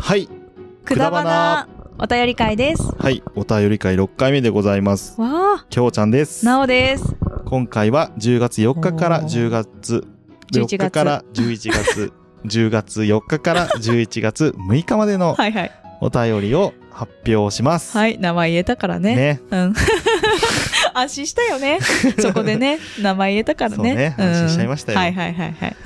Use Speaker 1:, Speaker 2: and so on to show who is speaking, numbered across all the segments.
Speaker 1: はい、
Speaker 2: くだばなお便り会です。
Speaker 1: はい、お便り会6回目でございます。
Speaker 2: わあ、
Speaker 1: きょうちゃんです。
Speaker 2: なおです。
Speaker 1: 今回は10月4日から
Speaker 2: おー
Speaker 1: 10月、
Speaker 2: 11
Speaker 1: 4日から11月、10月4日から11月6日までの
Speaker 2: はいはい。
Speaker 1: お便りを発表します。
Speaker 2: はい、名前言えたからね。
Speaker 1: ね。
Speaker 2: うん。 安心したよね。そこでね、名前言えたからね。
Speaker 1: そうね
Speaker 2: ん
Speaker 1: 安心しちゃいましたよ
Speaker 2: はいはいはいはい。。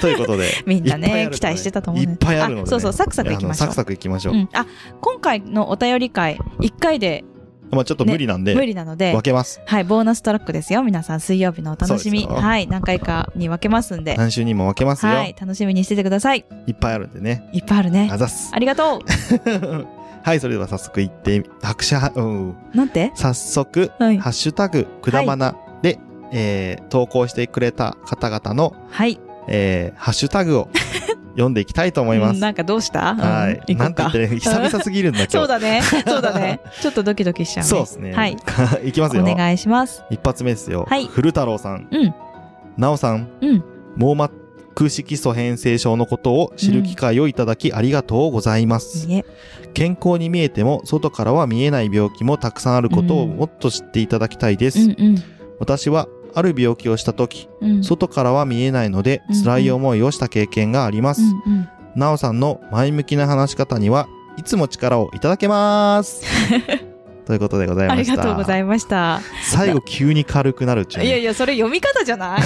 Speaker 1: ということで
Speaker 2: みんなね
Speaker 1: いっぱいあるので
Speaker 2: 期待してたと思うね
Speaker 1: いっぱいあるので、ね。
Speaker 2: あそうそうサクサクいきましょ
Speaker 1: あの
Speaker 2: う
Speaker 1: サクサクいきましょう。
Speaker 2: うん、あ今回のお便り会1回で
Speaker 1: まあちょっと無理なんで、
Speaker 2: 無理なので、
Speaker 1: 分けます。
Speaker 2: はい、ボーナストラックですよ皆さん水曜日のお楽しみ
Speaker 1: そうですよ
Speaker 2: はい何回かに分けますんで、
Speaker 1: 何週にも分けますよ。、
Speaker 2: はいい、楽しみにしててください
Speaker 1: っぱいあるんでね。
Speaker 2: いっぱいあるね
Speaker 1: あざっす。
Speaker 2: ありがと
Speaker 1: はい、それでは早速行って、拍手は、うん。
Speaker 2: うなん て
Speaker 1: 早速、
Speaker 2: はい
Speaker 1: ハッシュタグ、くだばなで、えー、投稿してくれた方々の、
Speaker 2: はい
Speaker 1: えー、ハッシュタ グを読んでいきたいと思いま
Speaker 2: うん
Speaker 1: す。
Speaker 2: なんかどうし
Speaker 1: はい。
Speaker 2: たうん
Speaker 1: なん
Speaker 2: 行こう
Speaker 1: て言
Speaker 2: か
Speaker 1: って ね、久々すぎるんだけど。
Speaker 2: そうだね。そうだね。ちょっとドキドキしちゃうね。
Speaker 1: そうですね。
Speaker 2: はい
Speaker 1: いきますよ。
Speaker 2: お願いします。
Speaker 1: 一発目ですよ。
Speaker 2: はい
Speaker 1: 古太郎さん。
Speaker 2: うん。
Speaker 1: なおさん。
Speaker 2: うん。
Speaker 1: 網膜色素変性症のことを知る機会をいただきありがとうございます。
Speaker 2: いえ。
Speaker 1: 健康に見えても外からは見えない病気もたくさんあること
Speaker 2: う
Speaker 1: を
Speaker 2: ん
Speaker 1: もっと知っていただきたいです。
Speaker 2: うん
Speaker 1: 私はある病気をした時、
Speaker 2: うん。うん。
Speaker 1: 外からは見えないので
Speaker 2: うん
Speaker 1: 辛い思いをした経験があります。
Speaker 2: うんうん。
Speaker 1: なおさんの前向きな話し方にはいつも力をいただけ ます。ということでござい
Speaker 2: あ
Speaker 1: ま
Speaker 2: り
Speaker 1: した。
Speaker 2: がとうございました。
Speaker 1: 最後急に軽くなるっちゅう
Speaker 2: い
Speaker 1: ね
Speaker 2: やいや、それ読み方じ ゃない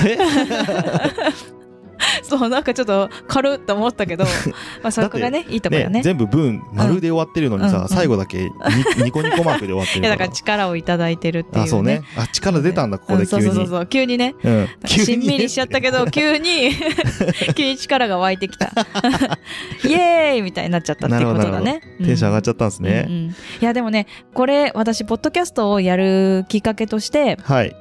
Speaker 2: そう、なんかちょっと軽っと思った けど、まあそこがね、いいところ よね。
Speaker 1: 全部文丸で終わってるのにさ、
Speaker 2: うん
Speaker 1: 最後だけ にニコニコマークで終わって
Speaker 2: い
Speaker 1: る
Speaker 2: や、
Speaker 1: か
Speaker 2: だ
Speaker 1: ら
Speaker 2: から力をいただいてるっていう。
Speaker 1: あそうね。あ力出たんだここ
Speaker 2: う
Speaker 1: で
Speaker 2: ん
Speaker 1: 急
Speaker 2: そう
Speaker 1: に、
Speaker 2: そうそうそう。急にね。
Speaker 1: うん急に
Speaker 2: しんみりしちゃったけど、急に、急に力が湧いてきた。 イエーイみたいになっちゃったっていうことだ
Speaker 1: な
Speaker 2: ね。
Speaker 1: テンション上がっ
Speaker 2: ち
Speaker 1: ちゃったんですね、
Speaker 2: いや、でもね、これ、私、ポッドキャストをやるきっかけとして、
Speaker 1: はい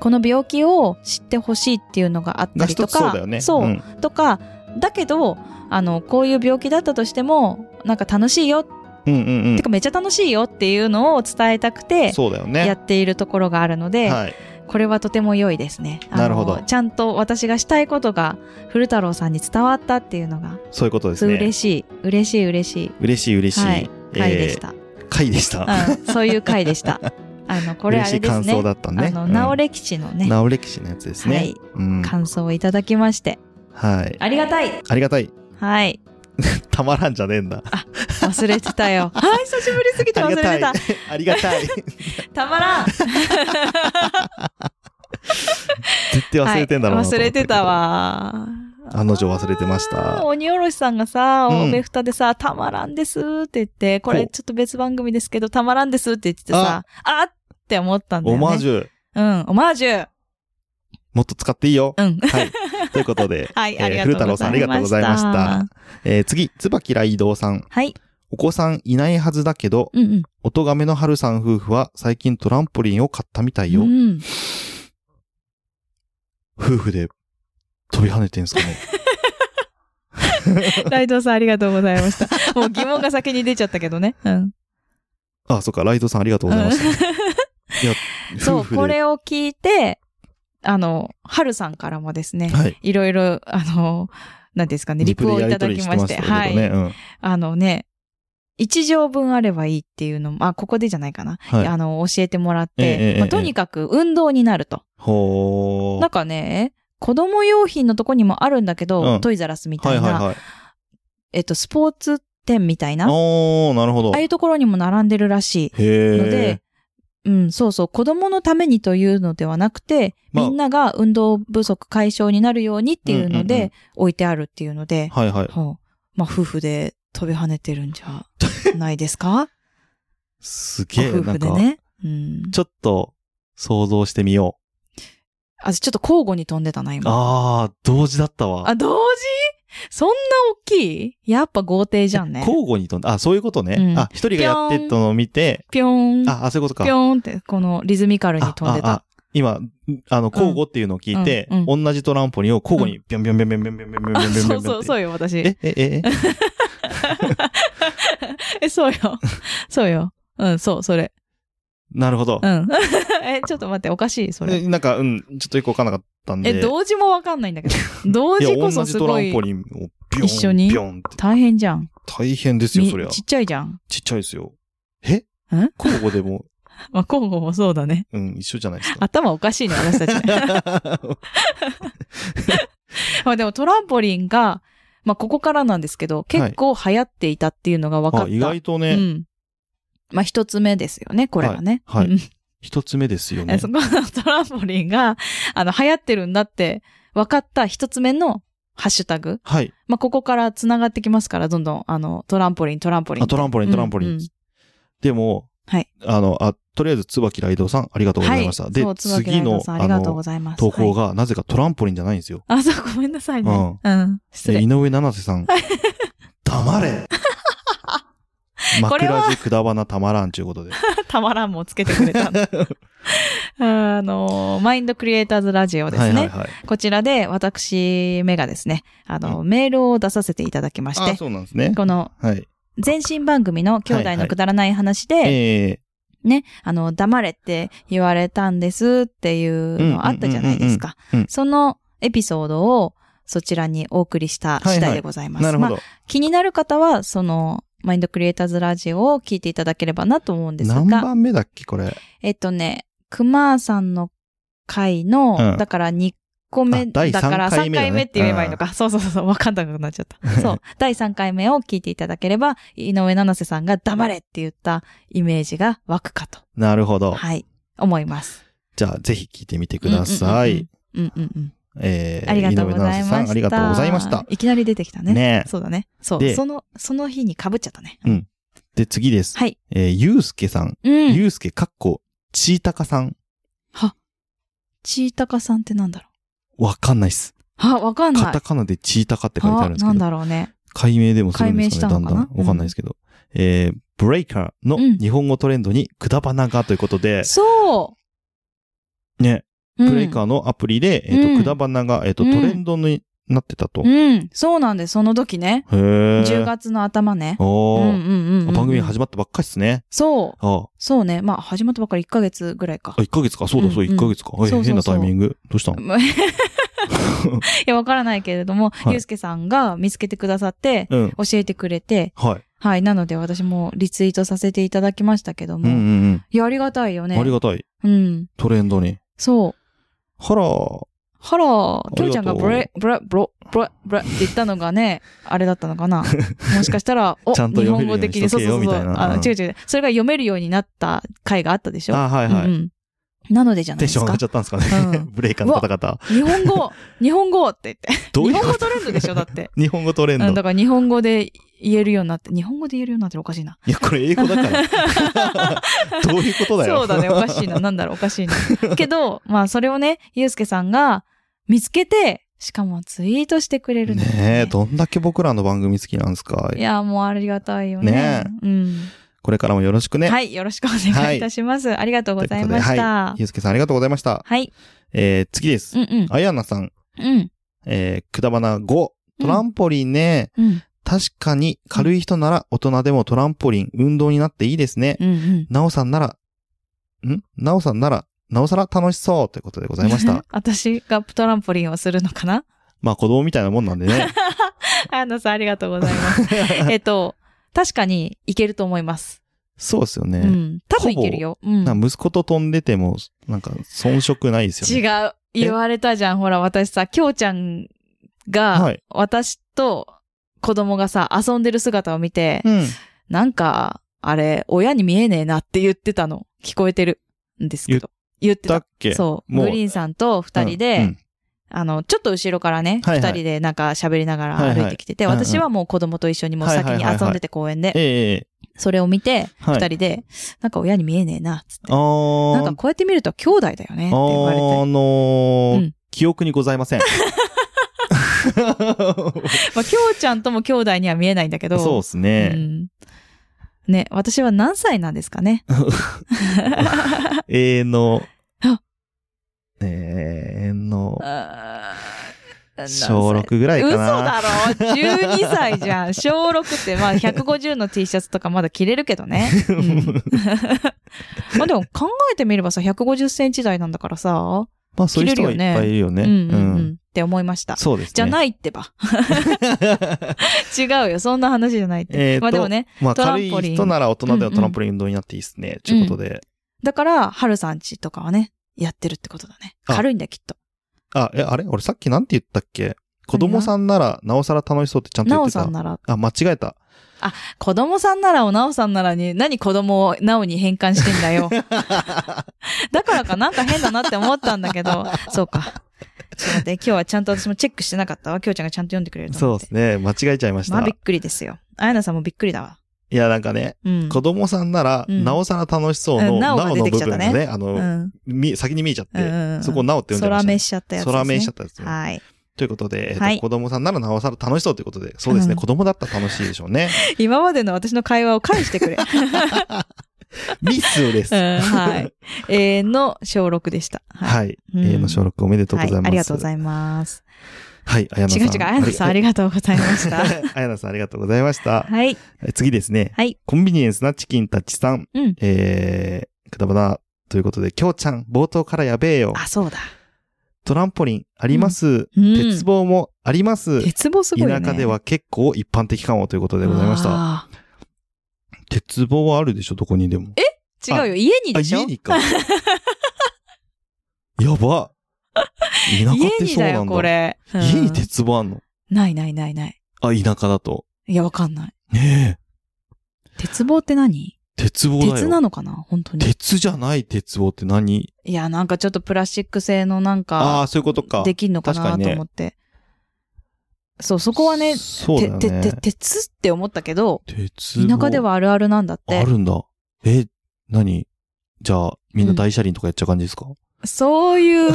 Speaker 2: この病気を知ってほしいっていうのがあった
Speaker 1: が
Speaker 2: り
Speaker 1: 一
Speaker 2: と
Speaker 1: つそう
Speaker 2: か
Speaker 1: だよね、
Speaker 2: そう
Speaker 1: うん
Speaker 2: とか、だけど、あの、こういう病気だったとしても、なんか楽しいよ、
Speaker 1: うんうんうん
Speaker 2: てかめっちゃ楽しいよっていうのを伝えたくて、
Speaker 1: そうだよね
Speaker 2: やっているところがあるので、
Speaker 1: はい
Speaker 2: これはとても良いですね。あの
Speaker 1: なるほど
Speaker 2: ちゃんと私がしたいことが古太郎さんに伝わったっていうのが、
Speaker 1: そういうことですね
Speaker 2: 嬉しい、嬉しい、嬉しい
Speaker 1: 嬉しい嬉しい、
Speaker 2: はい回でし
Speaker 1: え
Speaker 2: た、
Speaker 1: ー回でした、
Speaker 2: うん。そういう回でした。あの、これ
Speaker 1: 嬉
Speaker 2: あ
Speaker 1: し
Speaker 2: れ
Speaker 1: い
Speaker 2: です
Speaker 1: 感想
Speaker 2: ね。
Speaker 1: だったね
Speaker 2: あの、直
Speaker 1: れ、
Speaker 2: れ吉の
Speaker 1: う
Speaker 2: ね
Speaker 1: ん、、直れ騎士のやつですね
Speaker 2: はい
Speaker 1: うん
Speaker 2: 感想をいただきまして、
Speaker 1: はい
Speaker 2: ありがたい
Speaker 1: ありがたい
Speaker 2: はい。
Speaker 1: たまらんじゃねえんだ
Speaker 2: 忘れて たよ。はい、久しぶりすぎて
Speaker 1: あ
Speaker 2: 忘
Speaker 1: り
Speaker 2: れ
Speaker 1: が
Speaker 2: て
Speaker 1: たい
Speaker 2: た。
Speaker 1: ありがたい
Speaker 2: たまらん
Speaker 1: 絶対忘れてんだろうな
Speaker 2: はい
Speaker 1: と思
Speaker 2: 忘
Speaker 1: っ
Speaker 2: れ
Speaker 1: けど
Speaker 2: てたわ。
Speaker 1: 案の定忘れてました
Speaker 2: あー鬼おろしさんがさ、
Speaker 1: うん
Speaker 2: おべふたでさ、たまらんですって言って、これ
Speaker 1: ほう
Speaker 2: ちょっと別番組ですけど、たまらんですって言っててさ、あーって思ったんだよ
Speaker 1: オ
Speaker 2: ね。
Speaker 1: マージュ
Speaker 2: うん、オマージュ。
Speaker 1: もっと使っていい よ。
Speaker 2: うん。、
Speaker 1: はい。ということで
Speaker 2: はい、
Speaker 1: えー
Speaker 2: ありがとうござい
Speaker 1: 古太郎
Speaker 2: ました。
Speaker 1: さんありがとうございました。えー、次、椿雷道さん。
Speaker 2: はい。
Speaker 1: お子さんいないはずだけど、
Speaker 2: うんうん。
Speaker 1: おとがめの春さん夫婦は最近トランポリンを買ったみたいよ。
Speaker 2: うん。
Speaker 1: 夫婦で飛び跳ねてんすかね。
Speaker 2: ライドさんありがとうございました。もう疑問が先に出ちゃったけどね。うん。
Speaker 1: あ、そっか、ライドさんありがとうございました。いや、
Speaker 2: そ
Speaker 1: 夫
Speaker 2: う、
Speaker 1: 婦で。
Speaker 2: これを聞いて、あの、ハルさんからもですね、
Speaker 1: はい。
Speaker 2: いろいろ、あの、なんですかね、リプをいただきまして、
Speaker 1: リプでや
Speaker 2: は
Speaker 1: りとりしてましたけ
Speaker 2: い。
Speaker 1: どね。
Speaker 2: あのね、一条分あればいいっていうのも、あ、ここでじゃないかな。
Speaker 1: うん。はい。
Speaker 2: あの、教えてもらっ
Speaker 1: えええ
Speaker 2: て
Speaker 1: え、
Speaker 2: まあ
Speaker 1: ええ
Speaker 2: とにかく運動になると。
Speaker 1: ほ
Speaker 2: な
Speaker 1: ー
Speaker 2: ん。かね、子供用品のとこにもあるんだけ
Speaker 1: う
Speaker 2: ど、
Speaker 1: ん
Speaker 2: トイザラスみた
Speaker 1: はい
Speaker 2: い
Speaker 1: はい
Speaker 2: な、
Speaker 1: はい。
Speaker 2: えっと、スポーツ店みたいな、あ
Speaker 1: おー、なるほど。
Speaker 2: あいうところにも並んでるらしい。
Speaker 1: へ
Speaker 2: の
Speaker 1: ー
Speaker 2: で。、うん、そうそう、子供のためにというのではなくて、
Speaker 1: まあ
Speaker 2: みんなが運動不足解消になるようにっていうの
Speaker 1: うんうんうん
Speaker 2: で、置いてあるっていうので、
Speaker 1: はいはい。
Speaker 2: ほうまあ、夫婦で飛び跳ねてるんじゃないですか
Speaker 1: すげえ、
Speaker 2: 夫
Speaker 1: なん
Speaker 2: 婦
Speaker 1: か
Speaker 2: で、ね。うん。
Speaker 1: ちょっと想像してみよう。
Speaker 2: あ、ちょっと交互に飛んでたな、今。
Speaker 1: ああ、同時だったわ。
Speaker 2: あ、同時そんな大きいやっぱ豪邸じゃんね。
Speaker 1: 交互に飛んだ。あ、そういうことね。
Speaker 2: うん
Speaker 1: あ、一人がやってったのを見て、
Speaker 2: ぴょーん。
Speaker 1: あ、あ、そういうことか。
Speaker 2: ぴょーんって、このリズミカルに飛んで
Speaker 1: ああ
Speaker 2: た
Speaker 1: あ。今、あの、交互っていうのを聞いて、
Speaker 2: うんう
Speaker 1: 同じトランポリンを交互に、ぴょんぴょんぴょんぴょんぴょんぴょんぴょんぴょんぴょんぴょんぴ
Speaker 2: そ
Speaker 1: ょん
Speaker 2: う
Speaker 1: ぴょ
Speaker 2: そ
Speaker 1: ん
Speaker 2: う、
Speaker 1: ぴょん
Speaker 2: そうよ、私。
Speaker 1: え、え、え、え
Speaker 2: え、そうよ。そうよ。うん、そう、それ。
Speaker 1: なるほど
Speaker 2: う。ん。 え、ちょっと待って、おかしい、そ
Speaker 1: え
Speaker 2: れ。
Speaker 1: なんか、うん、ちょっとよくわかんなかったんで。
Speaker 2: え、同時もわかんないんだけ ど。同
Speaker 1: いや
Speaker 2: 時こ
Speaker 1: 同
Speaker 2: そ
Speaker 1: じ
Speaker 2: す
Speaker 1: トラ
Speaker 2: ご
Speaker 1: ン
Speaker 2: い
Speaker 1: ポリンをビョン、
Speaker 2: 一緒に
Speaker 1: ビョンって。
Speaker 2: 大変じゃん。
Speaker 1: 大変ですよ、
Speaker 2: み
Speaker 1: そりゃ。
Speaker 2: ち
Speaker 1: ち
Speaker 2: っちゃいじゃん。
Speaker 1: っちゃいですよ。え
Speaker 2: ん
Speaker 1: 交互でも、
Speaker 2: まあ、交互もそうだね。
Speaker 1: うん、一緒じゃないですか。
Speaker 2: 頭おかしいね、私たち。 まあでもトランポリンが、まあここからなんですけど、結構流行っていたっていうのが分かった。
Speaker 1: あ意外と
Speaker 2: う
Speaker 1: ね、
Speaker 2: ん。まあ一つ目ですよね、これがね。
Speaker 1: はいはい
Speaker 2: うん
Speaker 1: 一つ目ですよね。
Speaker 2: そこのトランポリンが、あの、流行ってるんだって分かった一つ目のハッシュタグ。
Speaker 1: はい。
Speaker 2: まあここから繋がってきますから、どんどん、あの、トランポリン、トランポリン。
Speaker 1: あ、トランポリン、トランポリン。
Speaker 2: うんうん
Speaker 1: でも、
Speaker 2: はい
Speaker 1: あの、あ、とりあえず、椿ライドさん、ありがとうございました。
Speaker 2: はい、
Speaker 1: で
Speaker 2: そう、椿ラ
Speaker 1: 次
Speaker 2: イド
Speaker 1: の、
Speaker 2: さんあ
Speaker 1: あ
Speaker 2: りがとうご
Speaker 1: の、
Speaker 2: ざいます。
Speaker 1: 投稿
Speaker 2: はい
Speaker 1: が、なぜかトランポリンじゃないんですよ。
Speaker 2: あ、そう、ごめんなさいね。うん。失
Speaker 1: で
Speaker 2: 礼
Speaker 1: 井。上七瀬さん、黙れ
Speaker 2: これは
Speaker 1: 枕地くだばなたまらんちゅう ことで。
Speaker 2: たまらんもつけてくれ たんだ。あの、マインドクリエイターズラジオですね。
Speaker 1: はいはいはい。
Speaker 2: こちらで私めがですね、あの、メールを出させていただきまし
Speaker 1: あ、
Speaker 2: て、
Speaker 1: そうなんですね。
Speaker 2: この
Speaker 1: はい。
Speaker 2: 前身番組の兄弟のくだらない話で、
Speaker 1: え
Speaker 2: ね、あの、黙れって言われたんですっていうのあったじゃないですか
Speaker 1: うんうんうんうんう。ん
Speaker 2: そのエピソードをそちらにお送りした次第でござい
Speaker 1: ー、
Speaker 2: ます。
Speaker 1: なるほ
Speaker 2: まあ
Speaker 1: ど。
Speaker 2: 気になる方は、その、マインドクリエイターズラジオを聞いていただければなと思うんです
Speaker 1: 何
Speaker 2: が、
Speaker 1: 番目だっけ、これ。
Speaker 2: えっとね、クマさんの回の、
Speaker 1: うん
Speaker 2: だから2個
Speaker 1: あ
Speaker 2: 目、
Speaker 1: 第
Speaker 2: だから
Speaker 1: 三回
Speaker 2: 3
Speaker 1: 目だね
Speaker 2: 回目って言えばいいのか。そうそうそうそう、わかんなくなっちゃった。 そう。第3回目を聞いていただければ、井上七瀬さんが黙れって言ったイメージが湧くかと。
Speaker 1: なるほど。
Speaker 2: はい。思います。
Speaker 1: じゃあ、ぜひ聞いてみてください。。
Speaker 2: うんうんうん。
Speaker 1: えー、
Speaker 2: ありがとうござ
Speaker 1: 井
Speaker 2: い
Speaker 1: 上七瀬さ
Speaker 2: ました。
Speaker 1: ん、ありがとうございました。。
Speaker 2: いきなり出てきたね。
Speaker 1: ね
Speaker 2: そうだね。そ
Speaker 1: で
Speaker 2: う。その、その日に被っちゃったね。
Speaker 1: うんで、次です。
Speaker 2: はい。
Speaker 1: えー、ゆうすけさん。
Speaker 2: うん。
Speaker 1: ゆうすけかっこ、ちいたかさん。
Speaker 2: ちいたかさんってなんだろ
Speaker 1: わかんないっす。
Speaker 2: う。あ、わかんない。
Speaker 1: カタカナでちいたかって書いてあるんです
Speaker 2: な
Speaker 1: け
Speaker 2: ん
Speaker 1: ど、
Speaker 2: だろうね。
Speaker 1: 解明でもするんですかね、だ
Speaker 2: 解
Speaker 1: んだ
Speaker 2: 明したのか
Speaker 1: ん。
Speaker 2: な
Speaker 1: わかんないですけど。えー、ブレイカーの
Speaker 2: うん
Speaker 1: 日本語トレンドにくだばながということで、
Speaker 2: そ
Speaker 1: ね、
Speaker 2: う、うん
Speaker 1: ブレイカーのアプリで、えっ、
Speaker 2: う
Speaker 1: と、
Speaker 2: ん
Speaker 1: くだばなが、えっ、と、
Speaker 2: う
Speaker 1: ト
Speaker 2: ん
Speaker 1: レンドになってたと。へ
Speaker 2: うん、そうなんです。その時ね。
Speaker 1: え。
Speaker 2: 10月の頭ね。うん
Speaker 1: お
Speaker 2: うん
Speaker 1: ー、
Speaker 2: うんうん。
Speaker 1: 番組始まったばっかりっすね。
Speaker 2: そう、
Speaker 1: あ
Speaker 2: そうね。まあ、始まったばっかり1ヶ月ぐらいか
Speaker 1: あ、。1ヶ月か。そうだ、そう、
Speaker 2: うんうん
Speaker 1: 1ヶ月か。
Speaker 2: そう
Speaker 1: え
Speaker 2: そうそう
Speaker 1: 変なタイミング。どうしたの
Speaker 2: いや、わからないけれども、
Speaker 1: はい
Speaker 2: ゆうすけさんが見つけてくださって、
Speaker 1: うん。
Speaker 2: 教えてくれて、
Speaker 1: はい。
Speaker 2: はい。なので、私もリツイートさせていただきましたけど
Speaker 1: うんうん
Speaker 2: も。い
Speaker 1: うん。
Speaker 2: や、ありがたいよね。
Speaker 1: ありがたい。
Speaker 2: うん。
Speaker 1: トレンドに。
Speaker 2: そう。
Speaker 1: ほら、
Speaker 2: ハロー、
Speaker 1: ありがとう
Speaker 2: きょうちゃんがブレ、ブレ、ブロ、ブレ、ブレって言ったのがね、 あれだったのかな。もしかし たら、お、
Speaker 1: ちゃんと
Speaker 2: 日
Speaker 1: 読め
Speaker 2: 本
Speaker 1: るよう
Speaker 2: 語
Speaker 1: に
Speaker 2: 的に、
Speaker 1: しと
Speaker 2: そう
Speaker 1: け
Speaker 2: そ
Speaker 1: よ
Speaker 2: うそう。
Speaker 1: みたいな
Speaker 2: あの、
Speaker 1: うん
Speaker 2: 違う違う。それが読めるようになった回があったでしょ。
Speaker 1: あ、はいはい。
Speaker 2: うんうんなのでじゃない
Speaker 1: テン
Speaker 2: で
Speaker 1: ション
Speaker 2: す
Speaker 1: 上が
Speaker 2: か
Speaker 1: っち。ゃったんですかね。
Speaker 2: うん
Speaker 1: ブレイカーの方々。
Speaker 2: 日 本語、日本語って言って。
Speaker 1: どうい
Speaker 2: 日
Speaker 1: う
Speaker 2: 本
Speaker 1: こ
Speaker 2: 語
Speaker 1: と
Speaker 2: トレンドでしょ、だ って。
Speaker 1: 日本語トレン
Speaker 2: う
Speaker 1: ド
Speaker 2: ん、。だから日本語で言えるようになって、日本語で言えるようになってるおかしいな。
Speaker 1: いや、これ英語だから。 どういうことだよ。
Speaker 2: そうだね、おかしいな。なんだろう、おか しいな。けど、まあ、それをね、ゆうすけさんが見つけて、しかもツイートしてくれるの
Speaker 1: ね
Speaker 2: よ
Speaker 1: え、どんだけ僕らの番組好きなんですか
Speaker 2: いや、もうありがたいよね。
Speaker 1: ね
Speaker 2: うん。
Speaker 1: これからもよろしくね。
Speaker 2: はい、よろしくお願いいたします。ありが
Speaker 1: と
Speaker 2: とうご
Speaker 1: うことで
Speaker 2: ざいまし
Speaker 1: は
Speaker 2: た
Speaker 1: い。。ゆうすけさんありがとうございました。
Speaker 2: はい。
Speaker 1: えー、次です
Speaker 2: う。ん
Speaker 1: あやなさん、
Speaker 2: うん。うん。
Speaker 1: えー、くだばな5。トランポリンね。
Speaker 2: うん。
Speaker 1: 確かに軽い人なら大人でもトランポリン運動になっていいですね。
Speaker 2: うんうん。
Speaker 1: なおさんなら、んなおさんなら、なおさら楽しそうということでございま した。。
Speaker 2: 私がトランポリンをするのかな
Speaker 1: まあ子供みたいなもんなんで ね。
Speaker 2: あやなさん、ありがとうございます。えっと、確かにいけると思います。
Speaker 1: そうですよね。
Speaker 2: うん。多分いけるよ。うん。
Speaker 1: なんか息子と飛んでても、なんか遜色ないですよ
Speaker 2: 違
Speaker 1: ね。
Speaker 2: う。言われたじゃん。ほら、私さ、きょうちゃ
Speaker 1: は
Speaker 2: んが
Speaker 1: い、
Speaker 2: 私と子供がさ、遊んでる姿を見て、
Speaker 1: うん。
Speaker 2: なんか、あれ、親に見えねえなって言ってたの。聞こえてるんですけど。言って
Speaker 1: だ
Speaker 2: た。
Speaker 1: っけ
Speaker 2: そう。
Speaker 1: もう
Speaker 2: グリーンさんと二人で、
Speaker 1: うんうん
Speaker 2: あの、ちょっと後ろからね、二、
Speaker 1: はいはい
Speaker 2: 人でなんか喋りながら歩いてきてて、
Speaker 1: はいはい
Speaker 2: 私はもう子供と一緒にもう先
Speaker 1: はいはい
Speaker 2: に
Speaker 1: はいはい
Speaker 2: 遊んでて公園で、
Speaker 1: ええええ
Speaker 2: それを見て、
Speaker 1: はい。
Speaker 2: 二人で、なんか親に見えねえな、つって。
Speaker 1: あー
Speaker 2: なんかこうやって見ると兄弟だよねって言わ
Speaker 1: あ
Speaker 2: れて。
Speaker 1: のー
Speaker 2: うん
Speaker 1: 記憶にございません。
Speaker 2: まあ、きょうちゃんとも兄弟には見えないんだ けど。
Speaker 1: そうです
Speaker 2: う
Speaker 1: ね。
Speaker 2: んね、私は何歳なんですかね。
Speaker 1: 永遠の
Speaker 2: あ、
Speaker 1: 永遠の、
Speaker 2: あ何歳
Speaker 1: 小6ぐらいか
Speaker 2: 嘘
Speaker 1: な。
Speaker 2: だろ ?12 歳じゃん。小6っ て、まあ、150の T シャツとかまだ着れるけどね。うん まあでも考えてみればさ、150センチ台なんだからさ、
Speaker 1: まあそういう人がいっぱいいるよね。
Speaker 2: うんうんうん、
Speaker 1: うん
Speaker 2: って思いました。
Speaker 1: そうですね。
Speaker 2: じゃ
Speaker 1: い。
Speaker 2: ないって ば。違うよ。そんな話じゃないって。
Speaker 1: えーと
Speaker 2: まあでもね、
Speaker 1: まあ
Speaker 2: トラ
Speaker 1: 軽
Speaker 2: ン
Speaker 1: い
Speaker 2: ポリン
Speaker 1: 人なら大人でのトランポリン運動になっていいですね。ということで。
Speaker 2: だから、はるさんちとかはね、やってるってことだね。
Speaker 1: あ
Speaker 2: 軽いんだよ、きっと。
Speaker 1: あ、え、あれ俺さっきなんて言ったっけ子供さんなら、なおさら楽しそうってちゃんと
Speaker 2: な
Speaker 1: 言っ
Speaker 2: お
Speaker 1: て
Speaker 2: さん
Speaker 1: た。
Speaker 2: なら、
Speaker 1: あ、間違えた。
Speaker 2: 子供さんならをなおさんならに、何子供をなおに変換してん だよ。だからかなんか変だなって思ったんだけ ど、そうか。ちょっと待って、今日はちゃんと私もチェックしてなかったわ。きょうちゃんがちゃんと読んでくれると
Speaker 1: そ
Speaker 2: 思
Speaker 1: う
Speaker 2: って。
Speaker 1: ですね。間違えちゃいまし
Speaker 2: まあ
Speaker 1: た。
Speaker 2: びっ
Speaker 1: い
Speaker 2: くりですよ。あやなさんもびっくりだわ。
Speaker 1: や、なんかね、
Speaker 2: うん。
Speaker 1: 子供さんなら、
Speaker 2: うん
Speaker 1: なおさら楽しそう
Speaker 2: うん
Speaker 1: の、
Speaker 2: な
Speaker 1: な
Speaker 2: お
Speaker 1: おの
Speaker 2: が出
Speaker 1: 部
Speaker 2: てきちゃっ
Speaker 1: 分
Speaker 2: た
Speaker 1: が
Speaker 2: ね
Speaker 1: ね、あ
Speaker 2: う
Speaker 1: の、
Speaker 2: ん。
Speaker 1: み先に見えちゃっ
Speaker 2: うんうんう
Speaker 1: て、
Speaker 2: ん
Speaker 1: そこをなおって呼んでまし
Speaker 2: 空
Speaker 1: た
Speaker 2: 目
Speaker 1: ね。
Speaker 2: しちゃったやつ、ね。
Speaker 1: 空目しちゃ
Speaker 2: っ
Speaker 1: ったですね。
Speaker 2: はい。
Speaker 1: ということで、えっと
Speaker 2: はい
Speaker 1: 子供さんならなおさら楽しそうということで、そうですね、
Speaker 2: うん
Speaker 1: 子供だったら楽しいでしょうね。
Speaker 2: 今までの私の会話を返して くれ。うん、
Speaker 1: ミスです。
Speaker 2: はい。永遠の小6でした。い。
Speaker 1: はい。
Speaker 2: う
Speaker 1: え
Speaker 2: ん
Speaker 1: ーの小6おめでとうございます。
Speaker 2: はい。ありがとうございます。
Speaker 1: はい、あやなさん。
Speaker 2: 違う違う、あやなさんありがとうございました。
Speaker 1: あやなさんありがとうございました。
Speaker 2: はい。
Speaker 1: え次ですね。
Speaker 2: はい
Speaker 1: コンビニエンスなチキンたちさん。
Speaker 2: うん
Speaker 1: えー、くだばな。ということで、きょうちゃん、冒頭からやべえよ。
Speaker 2: あ、そうだ。
Speaker 1: トランポリンあります。
Speaker 2: うん
Speaker 1: 鉄棒もあります。
Speaker 2: 鉄棒すごいよ
Speaker 1: 田
Speaker 2: ね。
Speaker 1: 舎では結構一般的かもということでございました。
Speaker 2: あ
Speaker 1: 鉄棒はあるでしょ、どこにでも。え
Speaker 2: ー。違うよ、家に
Speaker 1: あ、
Speaker 2: でしょ
Speaker 1: 家にか。 やば。田舎って
Speaker 2: 家に
Speaker 1: そう
Speaker 2: だ
Speaker 1: な
Speaker 2: よ、
Speaker 1: ん
Speaker 2: こ
Speaker 1: だ。
Speaker 2: れ。うん
Speaker 1: 家に鉄棒あんの
Speaker 2: ないないないない。
Speaker 1: あ、田舎だと。
Speaker 2: いや、わかんない。
Speaker 1: ねえ。
Speaker 2: 鉄棒って何
Speaker 1: 鉄棒だよ。
Speaker 2: 鉄なのかな本当に。
Speaker 1: 鉄じゃない鉄棒って何
Speaker 2: いや、なんかちょっとプラスチック製のなん
Speaker 1: ああー、
Speaker 2: か、
Speaker 1: そういうことか。
Speaker 2: できんのか
Speaker 1: 確
Speaker 2: な
Speaker 1: かに
Speaker 2: と
Speaker 1: ね
Speaker 2: 思って。そう、そこはね、
Speaker 1: そうだよ
Speaker 2: てて
Speaker 1: ね。
Speaker 2: て鉄って思ったけど、
Speaker 1: 鉄棒
Speaker 2: 田舎ではあるあるなんだっ
Speaker 1: あ
Speaker 2: て。
Speaker 1: るんだ。え、何じゃあ、みんな大車輪とかやっちゃう感じですか、
Speaker 2: そうい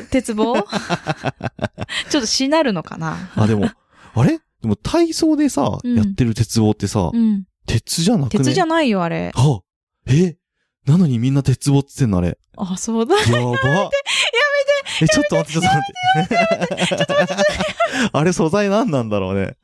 Speaker 2: う鉄棒 ちょっとしなるのかな
Speaker 1: あ、で も、あれでも体操でさ、
Speaker 2: うん
Speaker 1: やってる鉄棒ってさ、
Speaker 2: うん。
Speaker 1: 鉄じゃなくね
Speaker 2: 鉄じゃないよ、あれ。
Speaker 1: はえなのにみんな鉄棒って言ってんのあ れ。
Speaker 2: あ、そうだ。
Speaker 1: やば。やめてえ、ちょっと待って、ちょっと待 って。あれ素材何なんだろうね。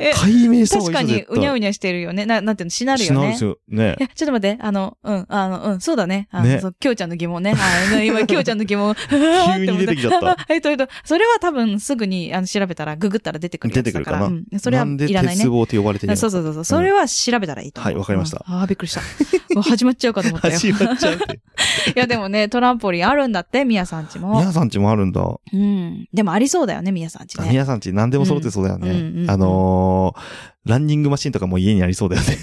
Speaker 1: い
Speaker 2: え
Speaker 1: や、解明した方
Speaker 2: 確
Speaker 1: が
Speaker 2: か
Speaker 1: いい
Speaker 2: に、うにゃう
Speaker 1: に
Speaker 2: にゃしてるよね。な、なんていうの、しなるよ
Speaker 1: しない
Speaker 2: ね
Speaker 1: です。よ。ね
Speaker 2: い。や、ちょっと待って、あの、うん、あの、うん、そうだね。あの、
Speaker 1: ね
Speaker 2: そう、きょうちゃんの疑問ね。はい、今、きょうちゃん の疑問、急
Speaker 1: に出てきちゃった
Speaker 2: えっと、えっと、それは多分すぐに、あの、調べたら、ググったら出てくるやつだから。
Speaker 1: 出てくる
Speaker 2: うん。それは
Speaker 1: なんで
Speaker 2: いらないね
Speaker 1: 鉄。棒って呼ばれてるの
Speaker 2: そうそうそうそう。それは調べたらいいと思う。
Speaker 1: はいわかりました
Speaker 2: うんああ、びっくりした。うわ始まっちゃうかと思ったよ。
Speaker 1: 始まっちゃうって。
Speaker 2: いや、でもね、トランポリンあるんだって、みやさんちも。
Speaker 1: 皆さんちもあるんだ。
Speaker 2: うん。でもありそうだよね、みやさんち
Speaker 1: あ
Speaker 2: ね。
Speaker 1: 皆さんち何でも揃ってそうだよね。
Speaker 2: うんうんうん
Speaker 1: あのー、ランニングマシンとかも家にありそうだよね。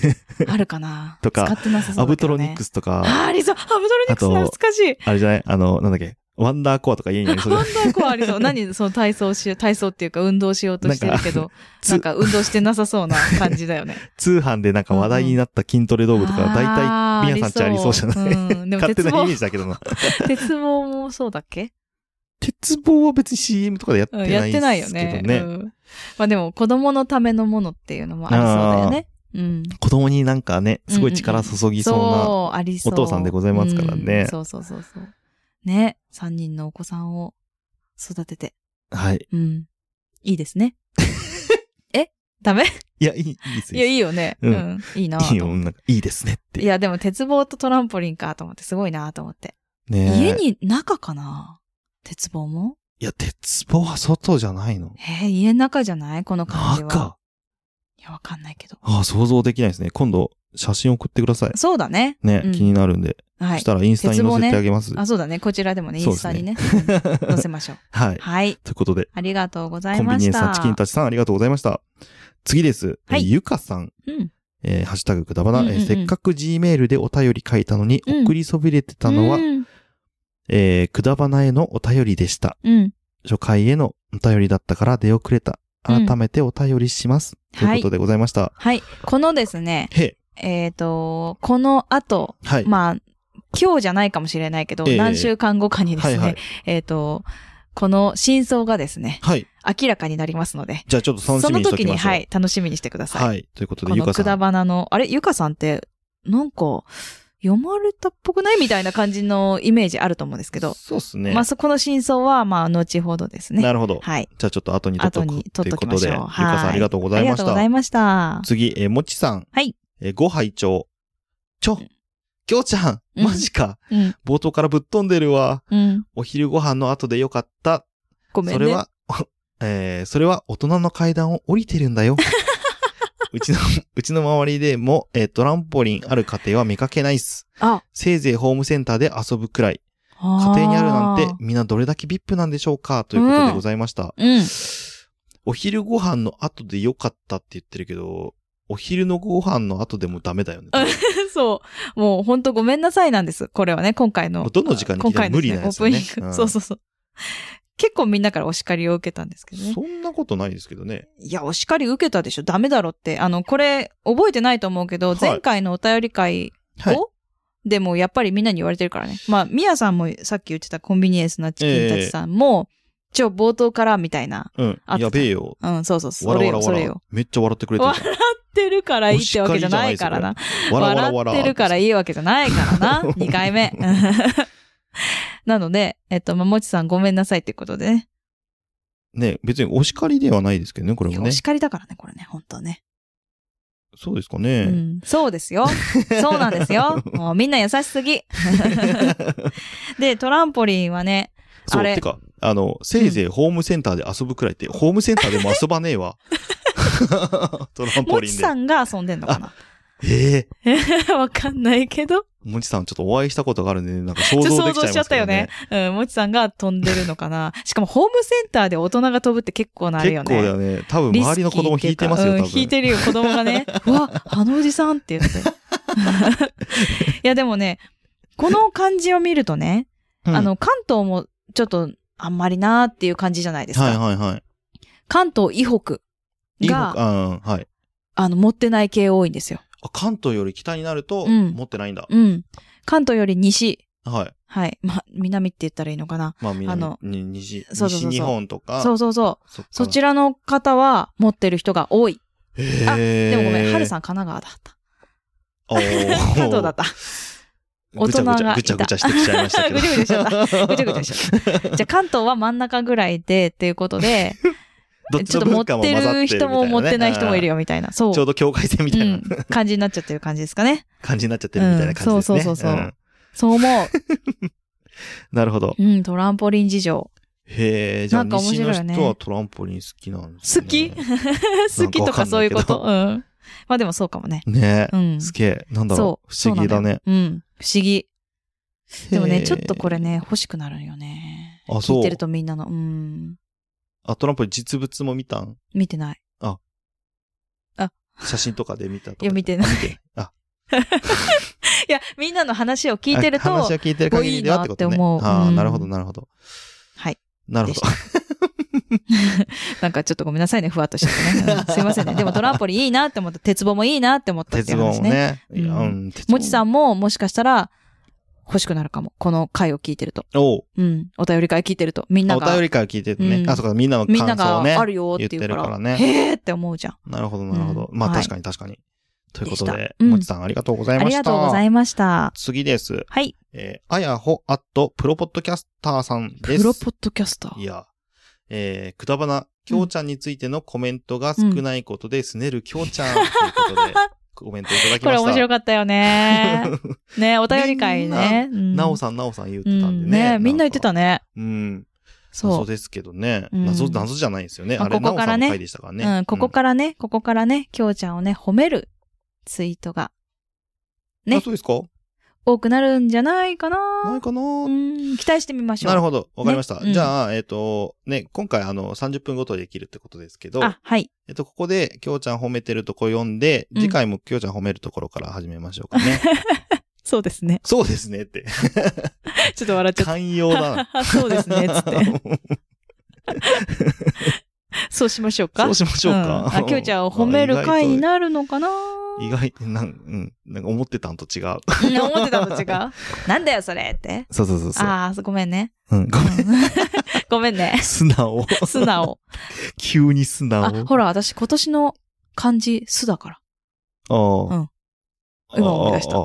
Speaker 2: あるかな
Speaker 1: とか
Speaker 2: 使ってなさそ
Speaker 1: ア
Speaker 2: うだ
Speaker 1: ブ
Speaker 2: け
Speaker 1: ト
Speaker 2: ど
Speaker 1: ロ
Speaker 2: ね。
Speaker 1: ニックスとか、
Speaker 2: あー、ありそう。アブトロニックス懐か しい。
Speaker 1: あれじゃないあの、なんだっけ、ワンダーコアとか家にありそうじゃ
Speaker 2: 本
Speaker 1: ない
Speaker 2: 当はこうありそう。何その体操しよう、体操っていうか運動しようとしてるけど、
Speaker 1: つ
Speaker 2: なんか運動してなさそうな感じだよね。
Speaker 1: 通販でなんか話題になった筋トレ道具とか、大
Speaker 2: あー
Speaker 1: 体皆さんちありそうじゃない、
Speaker 2: うん、でも
Speaker 1: 勝手
Speaker 2: 鉄
Speaker 1: なイ
Speaker 2: 棒
Speaker 1: メー、ジだけどな。
Speaker 2: 鉄棒もそうだっけ、
Speaker 1: 鉄棒は別に CM とかでやって
Speaker 2: う、
Speaker 1: なんい
Speaker 2: やってない
Speaker 1: で
Speaker 2: よ
Speaker 1: すけど
Speaker 2: ね
Speaker 1: ね。。
Speaker 2: うんまあでも子供のためのものっていうのもありそうだよね。うん。
Speaker 1: 子供になんかね、すごい力注ぎそうな。
Speaker 2: う、ありそう。
Speaker 1: お父さんでございますからね
Speaker 2: うんそうそうそうそう。ね。三人のお子さんを育てて。
Speaker 1: はい。
Speaker 2: うん。いいですね。えダメ
Speaker 1: いや、いい、いいです
Speaker 2: いや、
Speaker 1: よ。い
Speaker 2: いいよね。う。
Speaker 1: うんん
Speaker 2: いいな。
Speaker 1: いよ、なんかいいですねって。
Speaker 2: いや、でも鉄棒とトランポリンかと思って、すごいなと思って。
Speaker 1: ねえ
Speaker 2: 家に中かな鉄棒も
Speaker 1: いや、鉄棒は外じゃないの
Speaker 2: えー家の中じゃないこの感じは。
Speaker 1: 中
Speaker 2: いや、わかんないけど。
Speaker 1: ああ、想像できないですね。今度、写真送ってください。
Speaker 2: そうだね。
Speaker 1: ね、
Speaker 2: うん
Speaker 1: 気になるんで。
Speaker 2: は
Speaker 1: そ
Speaker 2: い
Speaker 1: し。たらインスタに載せてあげます。
Speaker 2: あ、そうだね。こちらでもね、イ
Speaker 1: そう
Speaker 2: ン
Speaker 1: で
Speaker 2: ス
Speaker 1: す
Speaker 2: タ
Speaker 1: ね
Speaker 2: にね、 載せましょう。
Speaker 1: はい。
Speaker 2: はい。
Speaker 1: ということで、
Speaker 2: ありがとうござ
Speaker 1: コ
Speaker 2: い
Speaker 1: ンビ
Speaker 2: ま
Speaker 1: ニエ
Speaker 2: し
Speaker 1: ンス
Speaker 2: た。
Speaker 1: なチキンたちさんありがとうございました。次です。えー
Speaker 2: はい
Speaker 1: ゆかさん。
Speaker 2: うん。
Speaker 1: えーハッシュタグくだばな。
Speaker 2: うんうんうん
Speaker 1: えーせっかく G メールでお便り書いたのに、
Speaker 2: うん
Speaker 1: 送りそびれてたのは、
Speaker 2: うん。
Speaker 1: えーくだばなへのお便りでした。
Speaker 2: うん。
Speaker 1: 初回へのお便りだったから出遅れた。
Speaker 2: うん
Speaker 1: 改めてお便りします。ということでございました。
Speaker 2: はい。このですね、
Speaker 1: へ
Speaker 2: えっ、と、この後、
Speaker 1: え、はい。
Speaker 2: まあ、今日じゃないかもしれないけど、
Speaker 1: ええ
Speaker 2: 何週間後かにです
Speaker 1: は
Speaker 2: ね、
Speaker 1: いはい。
Speaker 2: えっ、と、この真相がですね、
Speaker 1: はい。
Speaker 2: 明らかになりますので、
Speaker 1: じゃあちょっと
Speaker 2: そ
Speaker 1: 楽しみ
Speaker 2: の
Speaker 1: にしてお
Speaker 2: 時
Speaker 1: き
Speaker 2: に、
Speaker 1: ましょう。
Speaker 2: はい、楽しみにしてください。
Speaker 1: はい。ということで、
Speaker 2: こ
Speaker 1: ゆ
Speaker 2: の
Speaker 1: か
Speaker 2: く
Speaker 1: さ
Speaker 2: だ
Speaker 1: ん。
Speaker 2: ばなの、あれ、ゆかさんって、なんか、読まれたっぽくないみたいな感じのイメージあると思うんですけど、
Speaker 1: そうですね。
Speaker 2: まあそこの真相は、まあ後ほどですね。
Speaker 1: なるほど。
Speaker 2: はい。
Speaker 1: じゃあちょっと後に取っとく
Speaker 2: 後に
Speaker 1: と
Speaker 2: 取
Speaker 1: い
Speaker 2: っ
Speaker 1: うこ
Speaker 2: とき
Speaker 1: と
Speaker 2: まし
Speaker 1: で、
Speaker 2: ょう
Speaker 1: ゆかさん
Speaker 2: はい
Speaker 1: ありがとうござ
Speaker 2: あ
Speaker 1: い
Speaker 2: り
Speaker 1: まし
Speaker 2: がとうござい
Speaker 1: た。
Speaker 2: ました。
Speaker 1: 次、えーもちさん、
Speaker 2: はい。
Speaker 1: えーご拝聴。ちょ、きょうちゃん、
Speaker 2: うん
Speaker 1: マジか。
Speaker 2: うん。
Speaker 1: 冒頭からぶっ飛んでるわ。
Speaker 2: うん。
Speaker 1: お昼ご飯の後でよかった。
Speaker 2: ごめん
Speaker 1: そ
Speaker 2: ね。
Speaker 1: れは、 えーそれは大人の階段を降りてるんだ よ。うちの、うちの周りでも、えートランポリンある家庭は見かけないっす。
Speaker 2: あ、
Speaker 1: せいぜいホームセンターで遊ぶくらい。
Speaker 2: 家
Speaker 1: 家庭にあるなんて、みんなどれだけ VIP なんでしょうかということでございました。
Speaker 2: うん。
Speaker 1: お昼ご飯の後でよかったって言ってるけど、お昼のご飯の後でもダメだよね。
Speaker 2: そう。もう本当ごめんなさいなんです。これはね、今回の。
Speaker 1: どの時間に聞い
Speaker 2: 今
Speaker 1: ても
Speaker 2: 回の
Speaker 1: 無
Speaker 2: です
Speaker 1: 理
Speaker 2: ね
Speaker 1: なやつだね
Speaker 2: オープニング。
Speaker 1: うん
Speaker 2: そうそうそう。結構みんなからお叱りを受けたんですけどね。
Speaker 1: そんなことないですけどね。
Speaker 2: いや、お叱り受けたでしょ。ダメだろって。あの、これ、覚えてないと思うけど、
Speaker 1: はい
Speaker 2: 前回のお便り会を、
Speaker 1: はい
Speaker 2: でもやっぱりみんなに言われてるからね。まあ、ミヤさんもさっき言ってたコンビニエンスなチキンたちさんも、ちょ、冒頭からみたいな。
Speaker 1: うん
Speaker 2: あ。
Speaker 1: やべえよ。
Speaker 2: うん、そうそう、そ
Speaker 1: わら
Speaker 2: れ
Speaker 1: わら
Speaker 2: よ、そ
Speaker 1: わ
Speaker 2: れ
Speaker 1: ら
Speaker 2: よ。。
Speaker 1: めっちゃ笑ってくれてるじ
Speaker 2: 言ってるからいいってわけじゃないからな。
Speaker 1: ゃん。わらわらわら。
Speaker 2: 笑ってるからいいわけじゃないからな。
Speaker 1: うん
Speaker 2: 2回目。 なので、えっと、まあ、もちさんごめんなさいってことでね。
Speaker 1: ね、別にお叱りではないですけどね、これも
Speaker 2: お
Speaker 1: ね。
Speaker 2: 叱りだからね、これね、本当ね。
Speaker 1: そうですか
Speaker 2: う
Speaker 1: ね。
Speaker 2: ん。そうですよ。そうなんで すよ。もうみんな優しすぎ。で、トランポリンはね、
Speaker 1: そう、
Speaker 2: あれ
Speaker 1: てか、あの、せいぜいホームセンターで遊ぶくらいって、ホームセンターでも遊ばねえ わ。 トランポ
Speaker 2: も
Speaker 1: リ
Speaker 2: ち
Speaker 1: ンで
Speaker 2: さ。んが遊んでんのかな
Speaker 1: ええ
Speaker 2: わかんないけど。
Speaker 1: もちさんちょっとお会いしたことがあるんで、なんか想
Speaker 2: ちょっと
Speaker 1: 像
Speaker 2: 想
Speaker 1: できち
Speaker 2: 像
Speaker 1: ゃい
Speaker 2: しちゃ
Speaker 1: ま
Speaker 2: っ
Speaker 1: す
Speaker 2: た
Speaker 1: け
Speaker 2: よ
Speaker 1: ど
Speaker 2: ね
Speaker 1: ね。。
Speaker 2: うん、もちさんが飛んでるのかな。しかも、ホームセンターで大人が飛ぶって結構なあれ
Speaker 1: 結
Speaker 2: よ
Speaker 1: 構
Speaker 2: ね。
Speaker 1: だよね。多分周りの子供引いてますよ、
Speaker 2: リ
Speaker 1: 多
Speaker 2: スキーってうかうん、引い
Speaker 1: 分。
Speaker 2: てるよ、子供が ね。うわ、あのおじさんって言って。いや、でもね、この感じを見るとね、
Speaker 1: うん
Speaker 2: あ、の、関東もちょっとあんまりなーっていう感じじゃないですか。
Speaker 1: はいはいはい。
Speaker 2: 関東以北
Speaker 1: いいの
Speaker 2: が、
Speaker 1: か、うん、はい。
Speaker 2: あの、持ってない系多いんですよ。
Speaker 1: あ関東より北になると、
Speaker 2: うん
Speaker 1: 持ってないんだ。
Speaker 2: うん。関東より西。
Speaker 1: はい。
Speaker 2: はい。まあ、南って言ったらいいのかな。
Speaker 1: まあ、
Speaker 2: あ
Speaker 1: 南
Speaker 2: の
Speaker 1: に西、
Speaker 2: そうそうそうそ
Speaker 1: 西日
Speaker 2: う
Speaker 1: 本とか。
Speaker 2: そうそうそう。
Speaker 1: そっか
Speaker 2: そちらの方は持ってる人が多い。
Speaker 1: へ
Speaker 2: あ
Speaker 1: ー
Speaker 2: でもごめん、春さん神奈川だった。
Speaker 1: おー
Speaker 2: 関東だった。大人 が
Speaker 1: ぐちゃぐちゃぐちゃぐちゃしてきちゃいましたけど。
Speaker 2: ぐちゃぐちゃ
Speaker 1: しちゃ
Speaker 2: ぐちゃぐちゃしちゃった。じゃあ関東は真ん中ぐらいでっていうことで、
Speaker 1: どっ
Speaker 2: ち
Speaker 1: ち
Speaker 2: ょっ
Speaker 1: の
Speaker 2: と持
Speaker 1: 文
Speaker 2: っ
Speaker 1: 化も
Speaker 2: て
Speaker 1: 混ざってる
Speaker 2: る
Speaker 1: みたいな
Speaker 2: 人
Speaker 1: ね
Speaker 2: も持ってない人もいる。よみたいな。そ
Speaker 1: あ
Speaker 2: う
Speaker 1: ーちょ。うど境界線みた
Speaker 2: う。
Speaker 1: いなん
Speaker 2: 感じになっちゃってる感じですかね。
Speaker 1: 感じになっちゃってるみたいな感じですね。
Speaker 2: うんそうそうそうそうんそう 思
Speaker 1: なるほど。
Speaker 2: う。うん、トランポリン事情。
Speaker 1: へえ、じゃあ
Speaker 2: なんか面
Speaker 1: 西の
Speaker 2: 白いよね
Speaker 1: 人はトランポリン好きなんです
Speaker 2: 好
Speaker 1: ね
Speaker 2: き 好きとかそういうこと。
Speaker 1: なん
Speaker 2: うん。まあでもそうかもね。
Speaker 1: ねえ
Speaker 2: う。ん。
Speaker 1: すげえ。なんだろ。
Speaker 2: そうう。
Speaker 1: 不思議だね。
Speaker 2: そうなのようん。不思議。でも
Speaker 1: へ
Speaker 2: ね、
Speaker 1: え
Speaker 2: ちょっとこれね、欲しくなるよね。
Speaker 1: あそう
Speaker 2: 聞いてるとみんなの、うん。
Speaker 1: あ、トランポリン実物も見たん
Speaker 2: 見てない。
Speaker 1: 写真とかで見たとか。
Speaker 2: いや見てない
Speaker 1: あ。見てあ、
Speaker 2: いや、みんなの話を聞いてる
Speaker 1: あ
Speaker 2: と
Speaker 1: 話、は聞いてる限りではってことね。
Speaker 2: いいなって思う
Speaker 1: ああ、
Speaker 2: うん
Speaker 1: なるほど、なるほど。
Speaker 2: はい。
Speaker 1: なるほ
Speaker 2: でし
Speaker 1: ど
Speaker 2: た。なんかちょっとごめんなさいね、ふわっとしちゃってね。うんすいませんね。でもトランポリンいいなって思った。鉄棒もいいなって思ったってい
Speaker 1: 鉄
Speaker 2: う
Speaker 1: 棒
Speaker 2: 話
Speaker 1: も
Speaker 2: ね。
Speaker 1: ね。
Speaker 2: うん
Speaker 1: いやうん。鉄棒
Speaker 2: もちさんももしかしたら欲しくなるかも。この回を聞いてると。
Speaker 1: おう
Speaker 2: うん。お便り会聞いてると。みん
Speaker 1: あ
Speaker 2: な
Speaker 1: お便
Speaker 2: が、
Speaker 1: りから聞いてるとね。
Speaker 2: うん
Speaker 1: あ、そうか、みんなの
Speaker 2: みん
Speaker 1: 感
Speaker 2: な
Speaker 1: 想
Speaker 2: が
Speaker 1: をね。
Speaker 2: あるよっていうから、
Speaker 1: 言ってるからね
Speaker 2: へーって思うじゃん。
Speaker 1: なるほど、なるほど。
Speaker 2: うん
Speaker 1: まあ、
Speaker 2: はい
Speaker 1: 確かに確かに。ということ
Speaker 2: でし
Speaker 1: で
Speaker 2: た、うん
Speaker 1: もちさんありがとうござい
Speaker 2: あ
Speaker 1: ま
Speaker 2: り
Speaker 1: した。
Speaker 2: がとうございました。
Speaker 1: 次です。
Speaker 2: はい。
Speaker 1: えー、あやほアットプロポッドキャスターさんです。
Speaker 2: プロポッドキャスタ
Speaker 1: い
Speaker 2: ー。
Speaker 1: や、えー、くだばな、きょうちゃんについてのコメントが少ないことで、すね るきょうちゃんということで、コメントいただき
Speaker 2: こ
Speaker 1: ま
Speaker 2: れ
Speaker 1: した。
Speaker 2: 面白かったよね。 ね、お便り会ね。うん
Speaker 1: なおさん、なおさん言って
Speaker 2: う
Speaker 1: たんで
Speaker 2: ん。
Speaker 1: ね。
Speaker 2: ね、みんな言ってた
Speaker 1: ね。う
Speaker 2: ね。
Speaker 1: ん。
Speaker 2: そ
Speaker 1: 謎
Speaker 2: う。
Speaker 1: ですけどね。
Speaker 2: うん
Speaker 1: 謎、謎じゃないですよね。
Speaker 2: まあ
Speaker 1: あれ、
Speaker 2: こ
Speaker 1: な
Speaker 2: こ
Speaker 1: お
Speaker 2: か
Speaker 1: さ
Speaker 2: ら
Speaker 1: ん
Speaker 2: ね
Speaker 1: の回でしたからね。
Speaker 2: うん、ここからね、ここからね、きょうちゃんをね、褒めるツイートが
Speaker 1: うん
Speaker 2: ね
Speaker 1: あそうですか
Speaker 2: 多くなるんじゃないかな
Speaker 1: ないかな
Speaker 2: うん、期待してみましょう。
Speaker 1: なるほど。わかりました。
Speaker 2: ねうん
Speaker 1: じゃあ、えっ、と、ね、今回あの、30分ごとでできるってことですけど、
Speaker 2: あ、はい。
Speaker 1: えっと、ここで、きょうちゃん褒めてるとこ読んで、
Speaker 2: うん
Speaker 1: 次回もきょうちゃん褒めるところから始めましょうか ね。
Speaker 2: そうですね。
Speaker 1: そうですねって。
Speaker 2: ちょっと笑っちゃっ
Speaker 1: 寛容 だな。
Speaker 2: た。そうですね、つ って。そうしましょうか。
Speaker 1: そうしましょうか。
Speaker 2: んあ、きょうちゃんを褒める回になるのかな
Speaker 1: 意外と、意外なん、うん、なんか思ってたんと違う。
Speaker 2: うん 思ってたの違う。 なんだよ、それって。
Speaker 1: そうそうそうそう。
Speaker 2: ああ、ごめん ね。
Speaker 1: うん、ごめん。
Speaker 2: ごめ んね。
Speaker 1: 素直。
Speaker 2: 素直。
Speaker 1: 急に素直。
Speaker 2: あ、ほら、私今年の漢字、素だから。
Speaker 1: ああ。
Speaker 2: うん今思い出した
Speaker 1: あ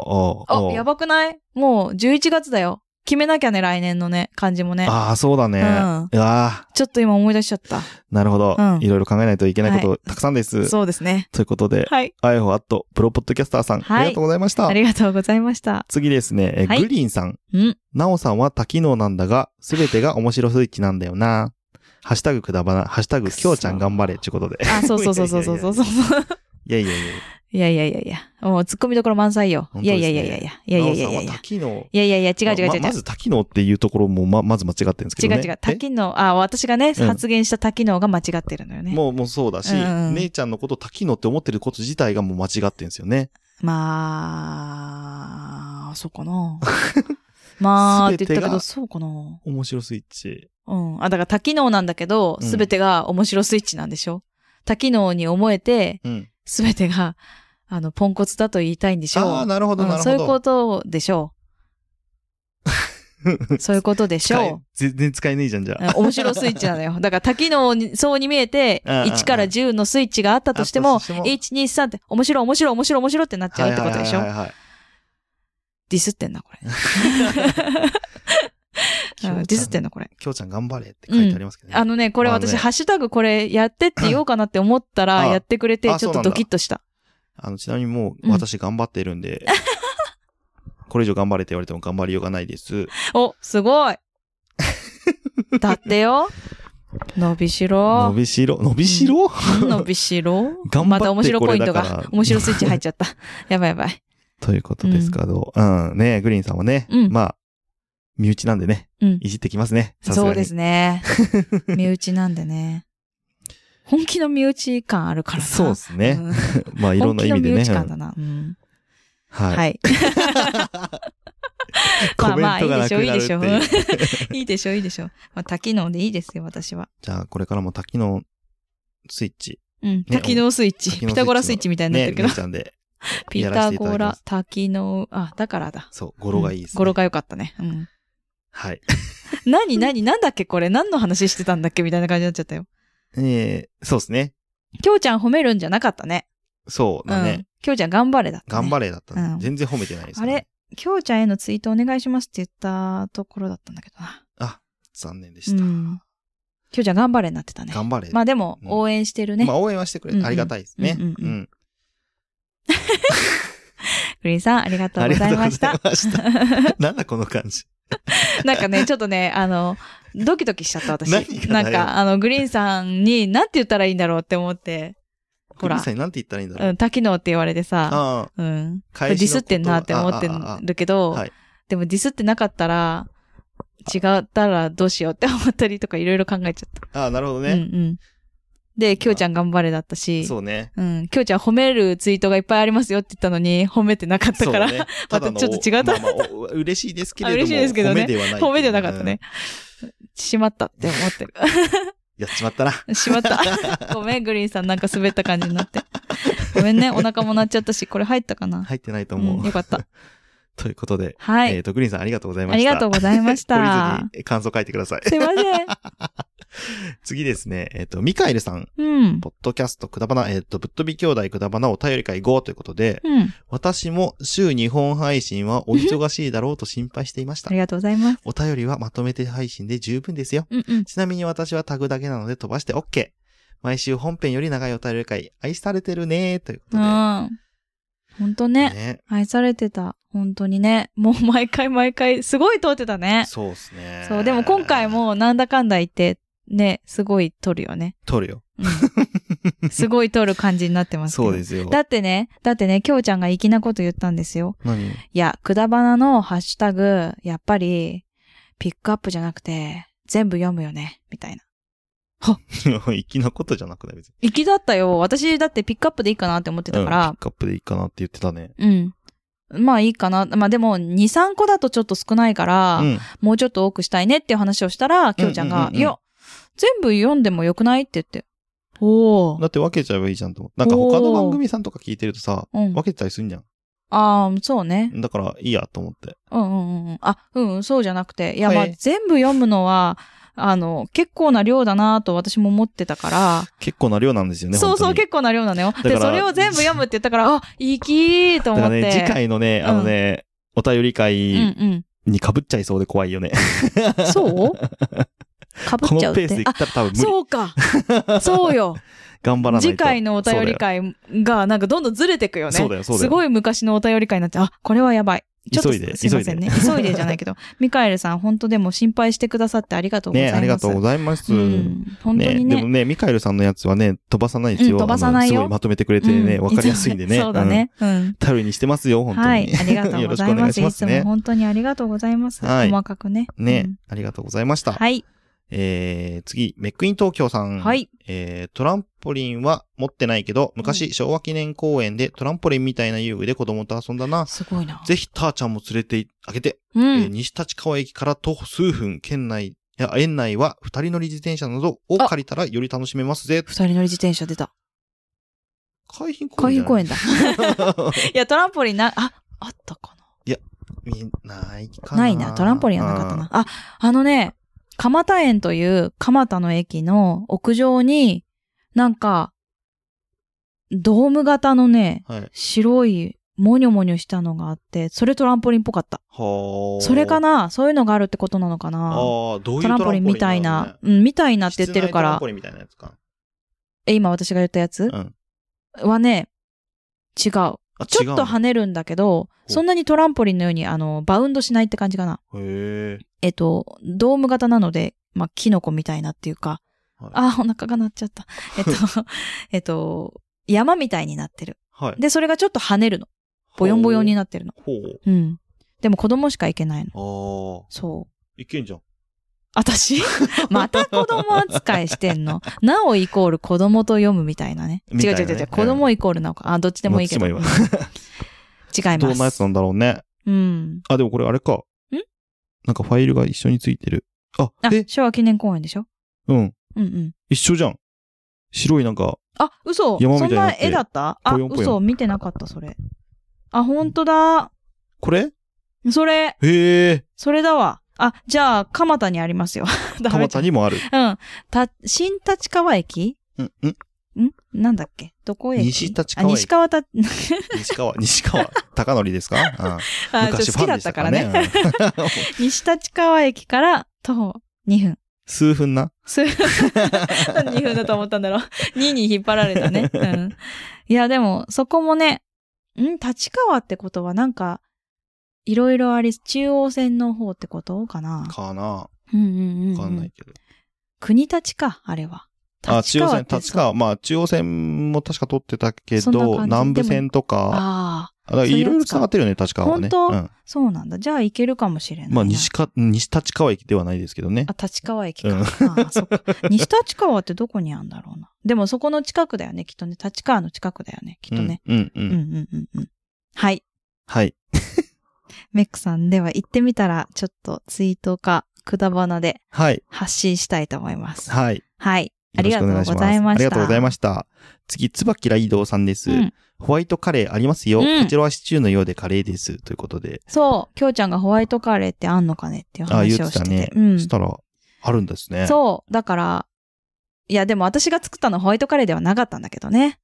Speaker 1: あ
Speaker 2: あ、やばくないもう11月だよ。決めなきゃね、来年のね、感じもね。
Speaker 1: ああ、そうだね。
Speaker 2: うん
Speaker 1: うわあ、
Speaker 2: ちょっと今思い出しちゃった。
Speaker 1: なるほど、
Speaker 2: うん
Speaker 1: いろいろ考えないといけないこと、たくさんです。
Speaker 2: そうですね。
Speaker 1: ということで、
Speaker 2: はい。
Speaker 1: あやほあと、プロポッドキャスターさん、
Speaker 2: はい
Speaker 1: ありがとうございました
Speaker 2: あ。りがとうございました。
Speaker 1: 次ですね、え
Speaker 2: はい
Speaker 1: グリーンさん。
Speaker 2: うん。
Speaker 1: なおさんは多機能なんだが、すべてが面白スイッチなんだよな。ハッシュタグくだばな、ハッシュタグきょうちゃん頑張れ、ってこと で。
Speaker 2: あ、そうそうそうそうそうそうそう。
Speaker 1: いやいやいや。
Speaker 2: いやいやいやいや。もう突っ込みどころ満載よ。
Speaker 1: 本
Speaker 2: い
Speaker 1: 当
Speaker 2: や
Speaker 1: です
Speaker 2: い
Speaker 1: ね
Speaker 2: やいやいやいや。いやいやいやいやい
Speaker 1: なおさんは
Speaker 2: や
Speaker 1: 多。機能。
Speaker 2: いやいやいや、違う違う違う違
Speaker 1: まま
Speaker 2: う。
Speaker 1: ず多機能っていうところも、ま、まず間違ってるんですけ
Speaker 2: 違う
Speaker 1: どね。
Speaker 2: 違う。多機能、あ、私がね、
Speaker 1: うん
Speaker 2: 発言した多機能が間違ってるのよ
Speaker 1: え
Speaker 2: ね。
Speaker 1: もう、もうそうだし、
Speaker 2: うんうん
Speaker 1: 姉ちゃんのこと多機能って思ってること自体がもう間違ってるんですよね。
Speaker 2: まあ、そう かな。まあ、って言ったけど、そうかな。
Speaker 1: 面白スイッチ。
Speaker 2: うん。あ、だから多機能なんだけど、
Speaker 1: うん
Speaker 2: すべてが面白スイッチなんでしょ、多機能に思えて、
Speaker 1: うん。
Speaker 2: すべてが、あの、ポンコツだと言いたいんでしょ
Speaker 1: ああ、なるほど、
Speaker 2: う
Speaker 1: なんるほど。
Speaker 2: そういうことでしょ う。そういうことでし
Speaker 1: 使え
Speaker 2: ょ
Speaker 1: 全然使えねえじゃん、じゃ
Speaker 2: う。
Speaker 1: あ。
Speaker 2: うん面白スイッチな のよ。だから多機能に、そうに見えて、
Speaker 1: うんうんうん
Speaker 2: 1から10のスイッチがあったとして
Speaker 1: あ
Speaker 2: も、
Speaker 1: ったとしても
Speaker 2: 1、2、3って、面白い、面白い、面白い、面白いってなっちゃうってことでしょ
Speaker 1: はいはいはいはい
Speaker 2: ディスってん な、これ。
Speaker 1: きょうちゃ
Speaker 2: うん
Speaker 1: ん
Speaker 2: ディスってんな、これ。
Speaker 1: きょうちゃん頑張れって書いてありますけどね。
Speaker 2: あのね、これ
Speaker 1: まあね
Speaker 2: 私、ハッシュタグこれやってって言おうかなって思ったら、
Speaker 1: あ
Speaker 2: やってくれて、
Speaker 1: あ
Speaker 2: ちょっとドキッとした。
Speaker 1: あの、ちなみにも
Speaker 2: うん
Speaker 1: う、私頑張ってるん で、これ以上頑張れって言われても頑張りようがないです。
Speaker 2: お、すごい。だってよ。伸びし
Speaker 1: 伸
Speaker 2: ろ。
Speaker 1: びしろ、伸びしろ、
Speaker 2: 伸びしろ。
Speaker 1: 頑張って
Speaker 2: また面白ポイント
Speaker 1: これだか
Speaker 2: が
Speaker 1: ら。
Speaker 2: 面白スイッチ入っちゃった。やばいやばい。
Speaker 1: ということですけど、うん、ねグリーンさんはね、
Speaker 2: うん
Speaker 1: まあ、身内なんでね、
Speaker 2: うん。
Speaker 1: いじってきますね。さすが
Speaker 2: そ
Speaker 1: に。
Speaker 2: うですね。身内なんでね。 本気の身内感あるからな。
Speaker 1: そうですね。
Speaker 2: うん
Speaker 1: まあ、いろんな意味でね
Speaker 2: 本気。の身内感
Speaker 1: う
Speaker 2: だ
Speaker 1: ん
Speaker 2: な。うん。
Speaker 1: はい。
Speaker 2: はい。
Speaker 1: コメン
Speaker 2: まあ
Speaker 1: トが
Speaker 2: ま
Speaker 1: な
Speaker 2: あ
Speaker 1: くなるっていう。
Speaker 2: いいでしょいいでしょ、いいでしょ。まあ、多機能でいいですよ、私は。
Speaker 1: じゃあ、これからも多機能スイッチ。
Speaker 2: うん。多機能スイッチ。
Speaker 1: 多機能
Speaker 2: ピタゴラスイッチみたいになってるけど。
Speaker 1: ね、姉ちゃんで。
Speaker 2: ピ
Speaker 1: やらせ
Speaker 2: タ
Speaker 1: ていただ
Speaker 2: ゴ
Speaker 1: きま
Speaker 2: ラ
Speaker 1: す、
Speaker 2: 多機能、あ、だからだ。
Speaker 1: そう、語呂がいいです、ね。
Speaker 2: 語呂。が良かったね。うん。
Speaker 1: はい。
Speaker 2: 何何なんだっけこれ何の話してたんだっけみたいな感じになっちゃったよ。
Speaker 1: えー、そうですね。
Speaker 2: きょうちゃん褒めるんじゃなかったね。
Speaker 1: そう
Speaker 2: う
Speaker 1: だね。
Speaker 2: ん。きょうちゃん頑張れだった、ね。
Speaker 1: 頑張れだったね、
Speaker 2: うん
Speaker 1: 全然褒めてないです、ね。
Speaker 2: あれきょうちゃんへのツイートお願いしますって言ったところだったんだけどな。
Speaker 1: あ、残念でした。
Speaker 2: うん。きょうちゃん頑張れになってたね。
Speaker 1: 頑張れ。
Speaker 2: まあでも、
Speaker 1: うん
Speaker 2: 応援してるね。
Speaker 1: まあ応援はしてくれ
Speaker 2: うんう
Speaker 1: て
Speaker 2: ん
Speaker 1: ありがたいですね。
Speaker 2: う
Speaker 1: うんん
Speaker 2: うんうんグリーンさん、ありがとう
Speaker 1: あ
Speaker 2: ご
Speaker 1: りが
Speaker 2: ざ
Speaker 1: と
Speaker 2: いう
Speaker 1: ご
Speaker 2: まし
Speaker 1: ざい
Speaker 2: た。
Speaker 1: ました。 なんだこの感じ。
Speaker 2: なんかね、ちょっとね、あの、ドキドキしちゃった私。
Speaker 1: 何がだ
Speaker 2: な
Speaker 1: よ
Speaker 2: んか、あの、グリーンさんに、なんて言ったらいいんだろうって思って、ほ
Speaker 1: グリ
Speaker 2: ら
Speaker 1: ーンさんになんて言ったらいいんだろ
Speaker 2: う
Speaker 1: う。
Speaker 2: ん、多機能って言われてさ、
Speaker 1: あ
Speaker 2: うん。
Speaker 1: あ、
Speaker 2: デ
Speaker 1: 返しのこと
Speaker 2: ィスってんなって思って
Speaker 1: ああああ
Speaker 2: るけど、
Speaker 1: はい
Speaker 2: でもディスってなかったら、違ったらどうしようって思ったりとかいろいろ考えちゃっ
Speaker 1: ああ、なるほど
Speaker 2: た。
Speaker 1: ね。
Speaker 2: うんうん。で、きょうちゃん頑張れだったし、
Speaker 1: そうね。
Speaker 2: うん。きょうちゃん褒めるツイートがいっぱいありますよって言ったのに、褒めてなかった
Speaker 1: そう
Speaker 2: から、。
Speaker 1: ね
Speaker 2: また
Speaker 1: だの
Speaker 2: ちょっと違った
Speaker 1: まあまあお嬉しいですけれども。
Speaker 2: あ嬉しいですけどね
Speaker 1: 褒めではない。
Speaker 2: 褒めてなかったね。しまったって思ってる。
Speaker 1: うん。やっちまったな。
Speaker 2: しま った。ごめん、グリーンさんなんか滑った感じになって。ごめんね、お腹も鳴っちゃったし、これ入ったかな、
Speaker 1: 入ってないと
Speaker 2: う
Speaker 1: 思
Speaker 2: ん、
Speaker 1: う。
Speaker 2: よかった。
Speaker 1: ということで、
Speaker 2: はい。
Speaker 1: えっと、グリーンさんありがとうございま
Speaker 2: あ
Speaker 1: し
Speaker 2: り
Speaker 1: た。
Speaker 2: がとうございました
Speaker 1: 懲。りずに感想書いてください。
Speaker 2: すいません。
Speaker 1: 次ですね、えっと、ミカエルさん。
Speaker 2: うん。
Speaker 1: ポッドキャストくだばな、えっ、と、ぶっ飛び兄弟くだばなお便り会5ということで、
Speaker 2: うん。
Speaker 1: 私も週2本配信はお忙しいだろうと心配していまし
Speaker 2: あ
Speaker 1: た
Speaker 2: り。がとうございます。
Speaker 1: お便りはまとめて配信で十分ですよ。
Speaker 2: うんうん。
Speaker 1: ちなみに私はタグだけなので飛ばして OK。毎週本編より長いお便り会、愛されてるねーということ
Speaker 2: う
Speaker 1: で。
Speaker 2: ん。ほんとね。
Speaker 1: ね。
Speaker 2: 愛されてた。本当にね。もう毎回毎回、すごい通ってたね。
Speaker 1: そうですね。
Speaker 2: そう。でも今回。もなんだかんだ言って、ね、すごい撮るよね。
Speaker 1: 撮るよ。
Speaker 2: うんすごい撮る感じになってますけど。
Speaker 1: そうですよ。
Speaker 2: だってね、だってね、きょうちゃんが粋なこと言ったんですよ。
Speaker 1: 何
Speaker 2: いや、くだばなのハッシュタグ、やっぱり、ピックアップじゃなくて、全部読むよね、みたいな。
Speaker 1: 粋なことじゃなくない別に。
Speaker 2: 粋だったよ。私だってピックアップでいいかなって思ってたか
Speaker 1: うん
Speaker 2: ら
Speaker 1: ピッ、クアップでいいかなって言ってたね。
Speaker 2: うん。まあいいかな。まあでも、2、3個だとちょっと少ないから、
Speaker 1: うん。
Speaker 2: もうちょっと多くしたいねっていう話をしたら、きょうちゃんが、
Speaker 1: うんうんうんうん
Speaker 2: いや、全部読んでもよくないって言って。おー。
Speaker 1: だって分けちゃえばいいじゃんと思う。なんか他の番組さんとか聞いてるとさ、
Speaker 2: うん
Speaker 1: 分。けてたりすんじゃん。
Speaker 2: ああ、そうね。
Speaker 1: だから、いいやと思って。
Speaker 2: うんうんうん。あ、うんうん、そうじゃなくて。いや、
Speaker 1: はい
Speaker 2: まあ、全部読むのは、あの、結構な量だなと私も思ってたから、
Speaker 1: 結構な量なんですよね。
Speaker 2: そうそ
Speaker 1: 本
Speaker 2: う、
Speaker 1: 当に
Speaker 2: 結構な量なのよ。
Speaker 1: だ
Speaker 2: で、
Speaker 1: から
Speaker 2: それを全部読むって言ったから、あ、いきーと
Speaker 1: だか
Speaker 2: 思
Speaker 1: ら
Speaker 2: って。
Speaker 1: ね、次回のね、あのね、お便り会
Speaker 2: うん
Speaker 1: に被っちゃいそうで怖いよね。
Speaker 2: うん。 そうかぶ
Speaker 1: こ
Speaker 2: っ
Speaker 1: の
Speaker 2: ちゃうっ
Speaker 1: ペースで
Speaker 2: て。
Speaker 1: 行
Speaker 2: あ
Speaker 1: っ、たら多分無理。
Speaker 2: そうか。そ うよ。
Speaker 1: 頑張らないと。
Speaker 2: 次回のお便り会が、なんかどんどんずれてくよね。
Speaker 1: そうだよそうだよ
Speaker 2: すごい昔のお便り会になって、あ、これはやばい。ちょっと
Speaker 1: 急いです
Speaker 2: いませんね。急いでじゃないけど、ミカエルさん、本当でも心配してくださってありがとうござい
Speaker 1: ね、
Speaker 2: ます。
Speaker 1: ありがとうございます。
Speaker 2: うん、本当
Speaker 1: ね。
Speaker 2: にね。
Speaker 1: でもね、ミカエルさんのやつはね、飛ばさないですよ。
Speaker 2: うん飛ばさないよ
Speaker 1: あのすごいまとめてくれてね、
Speaker 2: う
Speaker 1: わかりやすいんでね。
Speaker 2: そうだね。うん
Speaker 1: うん。頼りにしてますよ、本当に。
Speaker 2: はい。ありがとうございます。
Speaker 1: よろ
Speaker 2: い
Speaker 1: しく
Speaker 2: つ
Speaker 1: お願いしますね
Speaker 2: も本当にありがとうございます。
Speaker 1: はい
Speaker 2: 細かくね。
Speaker 1: ね、
Speaker 2: うん
Speaker 1: ありがとうございました。
Speaker 2: はい。
Speaker 1: えー、次、メックイン東京さん。
Speaker 2: はい。
Speaker 1: えー、トランポリンは持ってないけど、昔、昭和記念公園でトランポリンみたいな遊具で子供と遊んだな。
Speaker 2: すごいな。
Speaker 1: ぜひ、ターちゃんも連れてあげて、
Speaker 2: う
Speaker 1: えー
Speaker 2: ん。
Speaker 1: 西立川駅から徒歩数分、県内、いや、園内は二人乗り自転車などを借りたらより楽しめますぜ。
Speaker 2: 二人乗り自転車出た。
Speaker 1: 海浜公園。
Speaker 2: 海浜公園だ。
Speaker 1: 園。
Speaker 2: いや、トランポリンな、あ、あったか
Speaker 1: み、ないかな。
Speaker 2: なないな。トランポリンはなかったな。あ、あのね、蒲田園という蒲田の駅の屋上に、なんか、ドーム型のね、
Speaker 1: あー。はい。
Speaker 2: 白い、もにょもにょしたのがあって、それトランポリンっぽかった。
Speaker 1: は
Speaker 2: それか
Speaker 1: な
Speaker 2: なそういうのがあるってことなのか
Speaker 1: あ
Speaker 2: な
Speaker 1: ーどういう
Speaker 2: トランポリンみたいな、うん、みたいなって言ってるか
Speaker 1: 室内トラン
Speaker 2: ら
Speaker 1: ポ、リンみたいなやつか。
Speaker 2: え、今私が言ったやつ
Speaker 1: うん。
Speaker 2: はね、違う。ちょ
Speaker 1: あ、
Speaker 2: っと跳
Speaker 1: ね。
Speaker 2: ねるんだけど、
Speaker 1: う
Speaker 2: そんなにトランポリンのように、あの、バウンドしないって感じかな。
Speaker 1: へえ。
Speaker 2: えっと、ドーム型なので、まあ、キノコみたいなっていうか、
Speaker 1: はい
Speaker 2: あー、お腹が鳴っちゃった。え っと、 えっと、山みたいになってる。
Speaker 1: はい。
Speaker 2: で、それがちょっと跳ねるの。ボヨンボヨンになってるの。
Speaker 1: ほう。
Speaker 2: うん。でも子供しか行けないの。
Speaker 1: ほう。ああ。
Speaker 2: そう。
Speaker 1: いけんじゃん。
Speaker 2: 私 また子供扱いしてんの。なおイコール子供と読むみたいなね。
Speaker 1: みた
Speaker 2: 違
Speaker 1: いうなね
Speaker 2: 違う違う。子供イコールなのか。あ、どっちでもいいけど。違い
Speaker 1: どっ
Speaker 2: ま
Speaker 1: ちも
Speaker 2: す。
Speaker 1: どんなやつなんだろうね。
Speaker 2: うん。
Speaker 1: あ、でもこれあれか。
Speaker 2: ん
Speaker 1: なんかファイルが一緒についてる。あ、
Speaker 2: あ
Speaker 1: え、
Speaker 2: 昭和記念公園でしょ
Speaker 1: うん。
Speaker 2: うんうん。
Speaker 1: 一緒じゃん。白いなんか、
Speaker 2: あ、嘘
Speaker 1: 山みたい
Speaker 2: そん
Speaker 1: になっ
Speaker 2: な
Speaker 1: て
Speaker 2: 絵だったあ、
Speaker 1: ぽよんぽよん
Speaker 2: 嘘見てなかった、それ。あ、ほんとだ。
Speaker 1: これ
Speaker 2: それ、
Speaker 1: へえ。
Speaker 2: それだわ。あ、じゃあ、蒲田にありますよ。 ダメ
Speaker 1: 蒲
Speaker 2: じゃ
Speaker 1: 田
Speaker 2: ん
Speaker 1: にも ある。
Speaker 2: うん。た、新立川駅
Speaker 1: うん、うん。
Speaker 2: んなんだっけどこ駅
Speaker 1: 西立川
Speaker 2: あ、
Speaker 1: 駅
Speaker 2: 西川た、
Speaker 1: 西川、西川、高則ですかうん。
Speaker 2: あ、ちょっと
Speaker 1: 昔
Speaker 2: 好きだったからね。
Speaker 1: ファンでしたからね
Speaker 2: 西立川駅から徒歩2分。
Speaker 1: 数分な。
Speaker 2: すなんで2分だと思ったんだろう。2に引っ張られた ね。うん。いや、でも、そこもね、ん立川ってことはなんか、いろいろあり、中央線の方ってことかな。
Speaker 1: かな
Speaker 2: うんうんうん、うん。
Speaker 1: わかんないけど。
Speaker 2: 国立か、あれは。
Speaker 1: あ、中央線、
Speaker 2: って
Speaker 1: 立川、まあ中央線も確か取ってたけ
Speaker 2: そんな感
Speaker 1: ど、
Speaker 2: じ
Speaker 1: 南部線とか、
Speaker 2: あ
Speaker 1: あだからいろいろ繋がってるよね、立川はね。
Speaker 2: 本当
Speaker 1: うん
Speaker 2: あ、そうなんだ。じゃあ行けるかもしれないな。
Speaker 1: まあ西か、西立川駅ではないですけどね。
Speaker 2: あ、立川駅か。
Speaker 1: うん
Speaker 2: あーそっか。西立川ってどこにあるんだろうな。でもそこの近くだよね、きっとね。立川の近くだよね、きっとね。
Speaker 1: うん。うん、
Speaker 2: う、
Speaker 1: うんん、
Speaker 2: うん、うんうん。はい。
Speaker 1: はい。
Speaker 2: メックさんでは行ってみたら、ちょっとツイートか、くだばなで
Speaker 1: はい。
Speaker 2: 発信したいと思います。
Speaker 1: はい。
Speaker 2: はい。
Speaker 1: よ
Speaker 2: あ
Speaker 1: ろ
Speaker 2: り
Speaker 1: し
Speaker 2: が
Speaker 1: く
Speaker 2: と
Speaker 1: お
Speaker 2: う
Speaker 1: 願い
Speaker 2: ご
Speaker 1: します
Speaker 2: ざいまし
Speaker 1: あり
Speaker 2: た。
Speaker 1: がとうございました。次、椿ライドウさんです、
Speaker 2: うん
Speaker 1: ホワイトカレーありますよ。
Speaker 2: うん
Speaker 1: こちらはシチューのようでカレーです。ということで。
Speaker 2: そう、きょうちゃんがホワイトカレーってあんのかねっていう
Speaker 1: あ、言っ
Speaker 2: 話を
Speaker 1: て
Speaker 2: して
Speaker 1: た
Speaker 2: て。
Speaker 1: ね。
Speaker 2: うん
Speaker 1: し。たら、あるんですね。う。
Speaker 2: そう、だから、いや、でも私が作ったのはホワイトカレーではなかったんだけどね。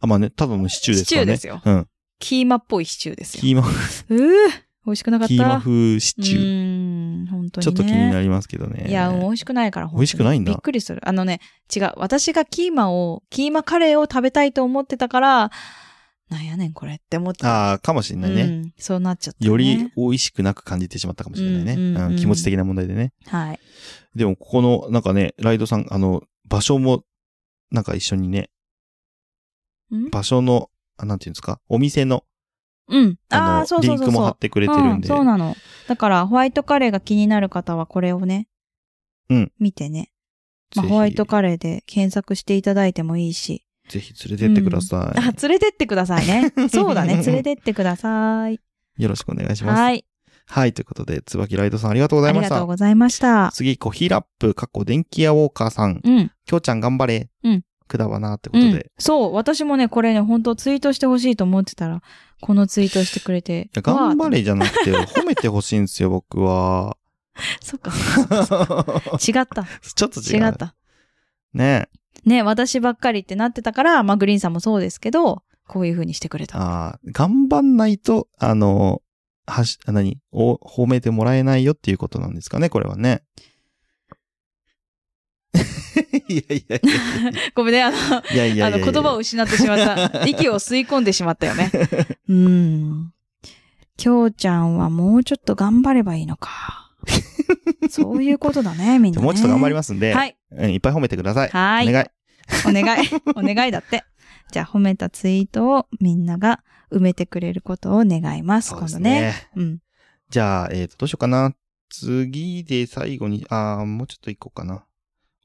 Speaker 1: あ、まあね、ただのシチューですからね。
Speaker 2: シチューですよ
Speaker 1: うん。
Speaker 2: キーマっぽいシチューですよ。
Speaker 1: キーマ、
Speaker 2: うー、美味しくなかった。
Speaker 1: キーマ風シチュー。
Speaker 2: うーん、本当に、
Speaker 1: ちょ
Speaker 2: ね。
Speaker 1: っと気になりますけどね。
Speaker 2: いや、美味しくないから、本当に
Speaker 1: 美味しくないんだ
Speaker 2: びっくりする。あのね、違う。私がキーマを、キーマカレーを食べたいと思ってたから、なんやねんこれって思って。
Speaker 1: ああ、かもしれないね。
Speaker 2: うん。そうなっちゃった、ね。
Speaker 1: より、美味しくなく感じてしまったかもしれないね。
Speaker 2: うんうんう
Speaker 1: う
Speaker 2: ん
Speaker 1: ん気持ち的な問題でね。
Speaker 2: はい。
Speaker 1: でも、ここの、なんかね、ライドさん、あの、場所も、なんか一緒にね、
Speaker 2: ん
Speaker 1: 場所の、あなんていうんですか、お店の、
Speaker 2: うん。あ
Speaker 1: あ
Speaker 2: あー、
Speaker 1: の、
Speaker 2: そう
Speaker 1: リ
Speaker 2: そう
Speaker 1: ン
Speaker 2: そうそう。
Speaker 1: クも貼ってくれてるんで。
Speaker 2: うん。そうなの。だから、ホワイトカレーが気になる方は、これをね、
Speaker 1: うん
Speaker 2: 見てね。ま
Speaker 1: ぜ
Speaker 2: あ、
Speaker 1: ひ
Speaker 2: ホワイトカレーで検索していただいてもいいし。
Speaker 1: ぜひ連れてってくださ
Speaker 2: あ、連れてってくだ さいね。そうだね。連れてってください。
Speaker 1: い。よろしくお願いします。は。
Speaker 2: はいい。
Speaker 1: ということで、椿ライドさんありがとうござ
Speaker 2: あ
Speaker 1: い
Speaker 2: り
Speaker 1: まし
Speaker 2: がと
Speaker 1: た
Speaker 2: う。ございました。
Speaker 1: 次、コヒーラップ、過去電気屋ウォーカーさん。
Speaker 2: うん。
Speaker 1: きょうちゃん頑張れ。
Speaker 2: うん。
Speaker 1: くだわな、ってことで。
Speaker 2: う
Speaker 1: い
Speaker 2: ん、そう、私もね、これね、本当ツイートしてほしいと思ってたら、このツイートしてくれて。
Speaker 1: や、頑張
Speaker 2: わ
Speaker 1: れじゃなくて、褒めてほしいんですよ、僕は。
Speaker 2: そっか。
Speaker 1: ち
Speaker 2: 違った。
Speaker 1: ょっと 違
Speaker 2: 違
Speaker 1: う。
Speaker 2: った。
Speaker 1: ねえ。
Speaker 2: ね、私ばっかりってなってたから、まあグリーンさんもそうですけど、こういう風にしてくれた。
Speaker 1: ああ、頑張んないと、あの、はし、何を褒めてもらえないよっていうことなんですかね、これはね。 いやいやい
Speaker 2: ごめんね、あの、
Speaker 1: やいやいや
Speaker 2: あ
Speaker 1: いや
Speaker 2: の、
Speaker 1: いや。
Speaker 2: 言葉を失ってし まった。息を吸い込んでしまったよね。うん。きょうちゃんはもうちょっと頑張ればいいのか。そういうことだね、みん
Speaker 1: じ
Speaker 2: な、
Speaker 1: ゃあ もう
Speaker 2: ね。
Speaker 1: ちょっと頑張りますんで、
Speaker 2: はい。
Speaker 1: うんいっぱい褒めてください。
Speaker 2: はい
Speaker 1: お願い。
Speaker 2: お 願い。お願いだって。じゃあ、褒めたツイートをみんなが埋めてくれることを願います。
Speaker 1: そうで
Speaker 2: 今
Speaker 1: す
Speaker 2: 度
Speaker 1: ね
Speaker 2: ね。。うん。
Speaker 1: じゃあ、えっ、と、どうしようかな。次で最後に、あー、もうちょっと行こうかな。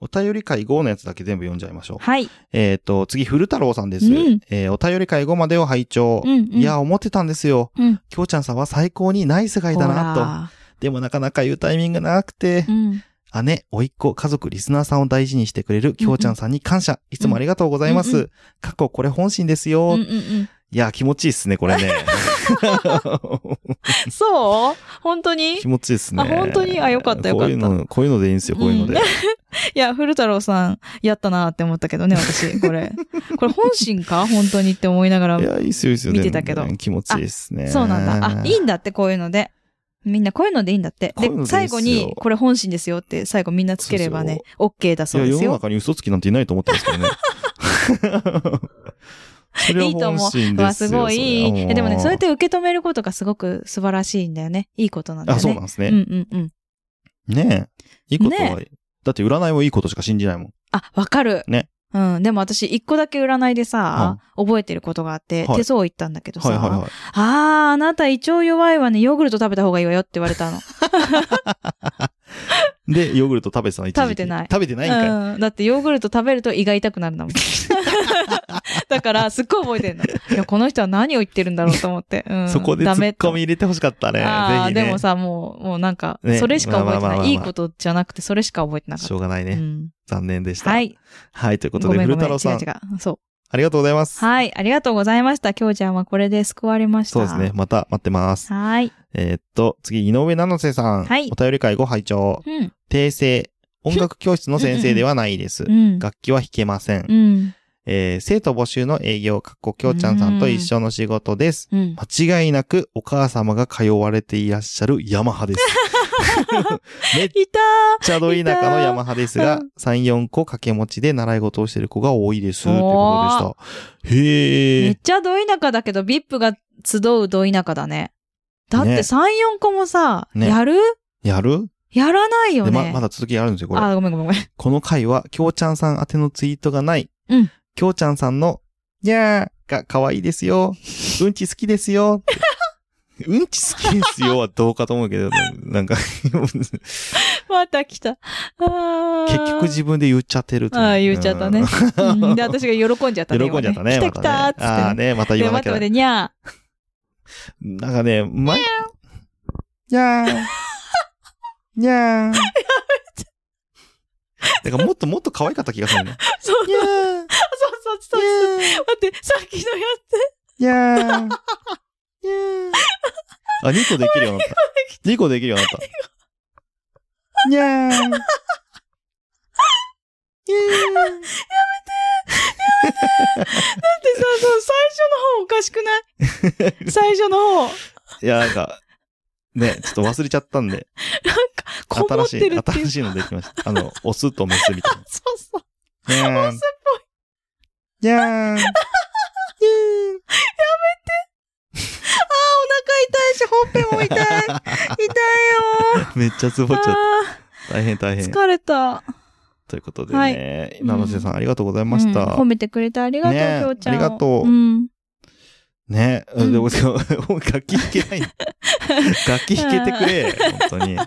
Speaker 1: お便り会5のやつだけ全部読んじゃいましょう。
Speaker 2: はい。
Speaker 1: えっ、と、次、古太郎さんです。
Speaker 2: うん
Speaker 1: えーお便り会5までを拝聴。
Speaker 2: うんうん
Speaker 1: いや、思ってたんですよ。
Speaker 2: うん。
Speaker 1: きょうちゃんさんは最高にナイスガイだなと。でもなかなか言うタイミングなくて
Speaker 2: と。う、ん。
Speaker 1: 姉、甥っ子、家族、リスナーさんを大事にしてくれるきょうちゃんさんに感謝。いつもありがとうございま
Speaker 2: うんう
Speaker 1: す。過去これ本心です
Speaker 2: うん
Speaker 1: よ。
Speaker 2: うん
Speaker 1: いや、気持ちいいっすね、こ れね。
Speaker 2: うん。そう本当にい
Speaker 1: 気持ちいいですね。
Speaker 2: あ本当にあよかったよかっ
Speaker 1: こうい
Speaker 2: た
Speaker 1: うの、こういうのでいいんですよ、こういうので。
Speaker 2: や、古太郎さん、やったなって思ったけどね、 私、これ。これ本心か本当にって思いながら
Speaker 1: い。や、いいっすよ、いいっすよ。
Speaker 2: 見てたけど
Speaker 1: 全然気持ちいいですね。
Speaker 2: そうなんだ。あ、いい
Speaker 1: ん
Speaker 2: んだって、こういうので。みんなこういうのでいいんだって。
Speaker 1: こういうのでいいっすよ
Speaker 2: 最後に、これ本心ですよって、最後みんなつければね、OK だそう
Speaker 1: い
Speaker 2: で
Speaker 1: や、世
Speaker 2: す
Speaker 1: の
Speaker 2: よ。
Speaker 1: 中に嘘つきなんていないと思ってますからね。それはい
Speaker 2: いと
Speaker 1: 本
Speaker 2: 思
Speaker 1: 心
Speaker 2: うわ、
Speaker 1: ですよ。
Speaker 2: すごいい
Speaker 1: それ
Speaker 2: い。
Speaker 1: はも
Speaker 2: えでもね、そうやっ。て受け止めることがすごく素晴らしいんだよね。いいことなんだ
Speaker 1: あ、
Speaker 2: よね。
Speaker 1: そうなんです
Speaker 2: うん
Speaker 1: ね。
Speaker 2: うんうん。
Speaker 1: ねえ。いいことは
Speaker 2: ね、
Speaker 1: だって占いもいいことしか信じないもん。
Speaker 2: あ、わかる。
Speaker 1: ね。
Speaker 2: うん。でも私、一個だけ占いでさ、覚えてることがあって、
Speaker 1: はい
Speaker 2: 手相行ったんだけどさ、
Speaker 1: はいはいはい。
Speaker 2: あー、あなた胃腸弱いわね、ヨーグルト食べた方がいいわよって言われ たの。
Speaker 1: で、ヨーグルト食べてたの一時期
Speaker 2: 食べてない
Speaker 1: 食べてないんかい。
Speaker 2: うん。だってヨーグルト食べると胃が痛くなるんだもん。 だから、すっごい覚えてんの。いや、この人は何を言ってるんだろうと思って。うん。
Speaker 1: そこで
Speaker 2: ダ
Speaker 1: 突
Speaker 2: メ
Speaker 1: っ込み入れてほしかったね。ぜ
Speaker 2: ああ、
Speaker 1: ひ
Speaker 2: で
Speaker 1: ね。
Speaker 2: もさ、もう、もうなんか、
Speaker 1: ね
Speaker 2: それしか覚え
Speaker 1: まあ
Speaker 2: て
Speaker 1: まあまあまあ
Speaker 2: な
Speaker 1: まあ
Speaker 2: い。いいことじゃなくて、それしか覚えてなかっ。
Speaker 1: したょうがないうね。
Speaker 2: ん
Speaker 1: 残念でした。
Speaker 2: は。い。
Speaker 1: はい、ということ
Speaker 2: ご
Speaker 1: で、
Speaker 2: めん
Speaker 1: 古
Speaker 2: ごめ
Speaker 1: 太
Speaker 2: ん。違う
Speaker 1: 郎さん、
Speaker 2: 違う。そ
Speaker 1: ありがとうございます
Speaker 2: う。。はい。ありがとうございました。きょうちゃんはこれで救われました。
Speaker 1: そうですね。。また待ってます。
Speaker 2: はい。
Speaker 1: えーっと、次、井上七瀬さん。
Speaker 2: はい
Speaker 1: お便り会ご拝聴。
Speaker 2: うん。
Speaker 1: 訂正。音楽教室の先生ではないです。
Speaker 2: うん。
Speaker 1: 楽器は弾けません。
Speaker 2: うん。
Speaker 1: えー生徒募集の営業、かっこきょうちゃんさんと一緒の仕事です。
Speaker 2: うん。
Speaker 1: 間違いなくお母様が通われていらっしゃるヤマハです。 めっ
Speaker 2: いた
Speaker 1: ちゃど田舎のヤマハですが
Speaker 2: う、
Speaker 1: 3、4個掛け持ちで習い事をしてる子が多いです。ということでした。
Speaker 2: ー
Speaker 1: へ
Speaker 2: めっ
Speaker 1: え。
Speaker 2: ちゃど田舎だけど、VIP が集うど田舎だね。だって
Speaker 1: ね
Speaker 2: 3、4個もさ、
Speaker 1: ね
Speaker 2: やる
Speaker 1: やる
Speaker 2: やらないよ
Speaker 1: で
Speaker 2: ね。
Speaker 1: ま、まだ続きあるんですよ、これ。
Speaker 2: あ、ごめんごめんごめ ん。
Speaker 1: この回は、きょうちゃんさん宛てのツイートがない。
Speaker 2: うん
Speaker 1: きょうちゃんさんの、いやーが可愛いです よ。うんち好きですよ。うんち好きですよはどうかと思うけど、なん か、結
Speaker 2: また来た。あー
Speaker 1: 局自分で言っちゃってるという
Speaker 2: ああ、言っちゃったね。
Speaker 1: うん
Speaker 2: うんで、私が喜んじゃったね。
Speaker 1: 喜んじゃったね、
Speaker 2: 今
Speaker 1: ま
Speaker 2: 来た来
Speaker 1: た
Speaker 2: たっ
Speaker 1: ね。
Speaker 2: つ
Speaker 1: あ
Speaker 2: っ
Speaker 1: あ
Speaker 2: てね。
Speaker 1: ね、また言
Speaker 2: で、
Speaker 1: わな
Speaker 2: 待っ
Speaker 1: き
Speaker 2: て
Speaker 1: ゃ
Speaker 2: 待っ。て、にゃ
Speaker 1: なんかね、前、にゃー。 にゃー。だからもっともっと可愛かった気がする ね。
Speaker 2: ー。そう、
Speaker 1: にゃー。に
Speaker 2: そう、そう、そう。
Speaker 1: ゃー。
Speaker 2: 待って、さっきのやつ。
Speaker 1: にゃー。にゃー。あ、2個できるようになった。2個できるようになった。にゃー。にゃー。
Speaker 2: だってさ、そう、最初の方おかしくない最初の方。
Speaker 1: いや、なんか、ね、ちょっと忘れちゃったんで、
Speaker 2: こも
Speaker 1: 新
Speaker 2: っ
Speaker 1: して
Speaker 2: る
Speaker 1: い、
Speaker 2: っていう。
Speaker 1: 新しいのできました。あの、オスとメスみたい
Speaker 2: そうそう。
Speaker 1: な。にゃー。にゃー。にゃー。
Speaker 2: ああ、お腹痛いし、ほっぺも痛い。痛いよ
Speaker 1: めっちゃつぼっちゃっ
Speaker 2: あ
Speaker 1: た。大変大
Speaker 2: ー
Speaker 1: 変。
Speaker 2: 疲れた。
Speaker 1: ということで
Speaker 2: は
Speaker 1: ね、七瀬さんありがとうございまし
Speaker 2: うん
Speaker 1: た
Speaker 2: 褒。めてくれてありがとう、
Speaker 1: ね
Speaker 2: きょうちゃんを。。
Speaker 1: ありがとうんね、で
Speaker 2: うん
Speaker 1: も、でも楽器弾けない。楽器弾けてくれ、本当に。
Speaker 2: 楽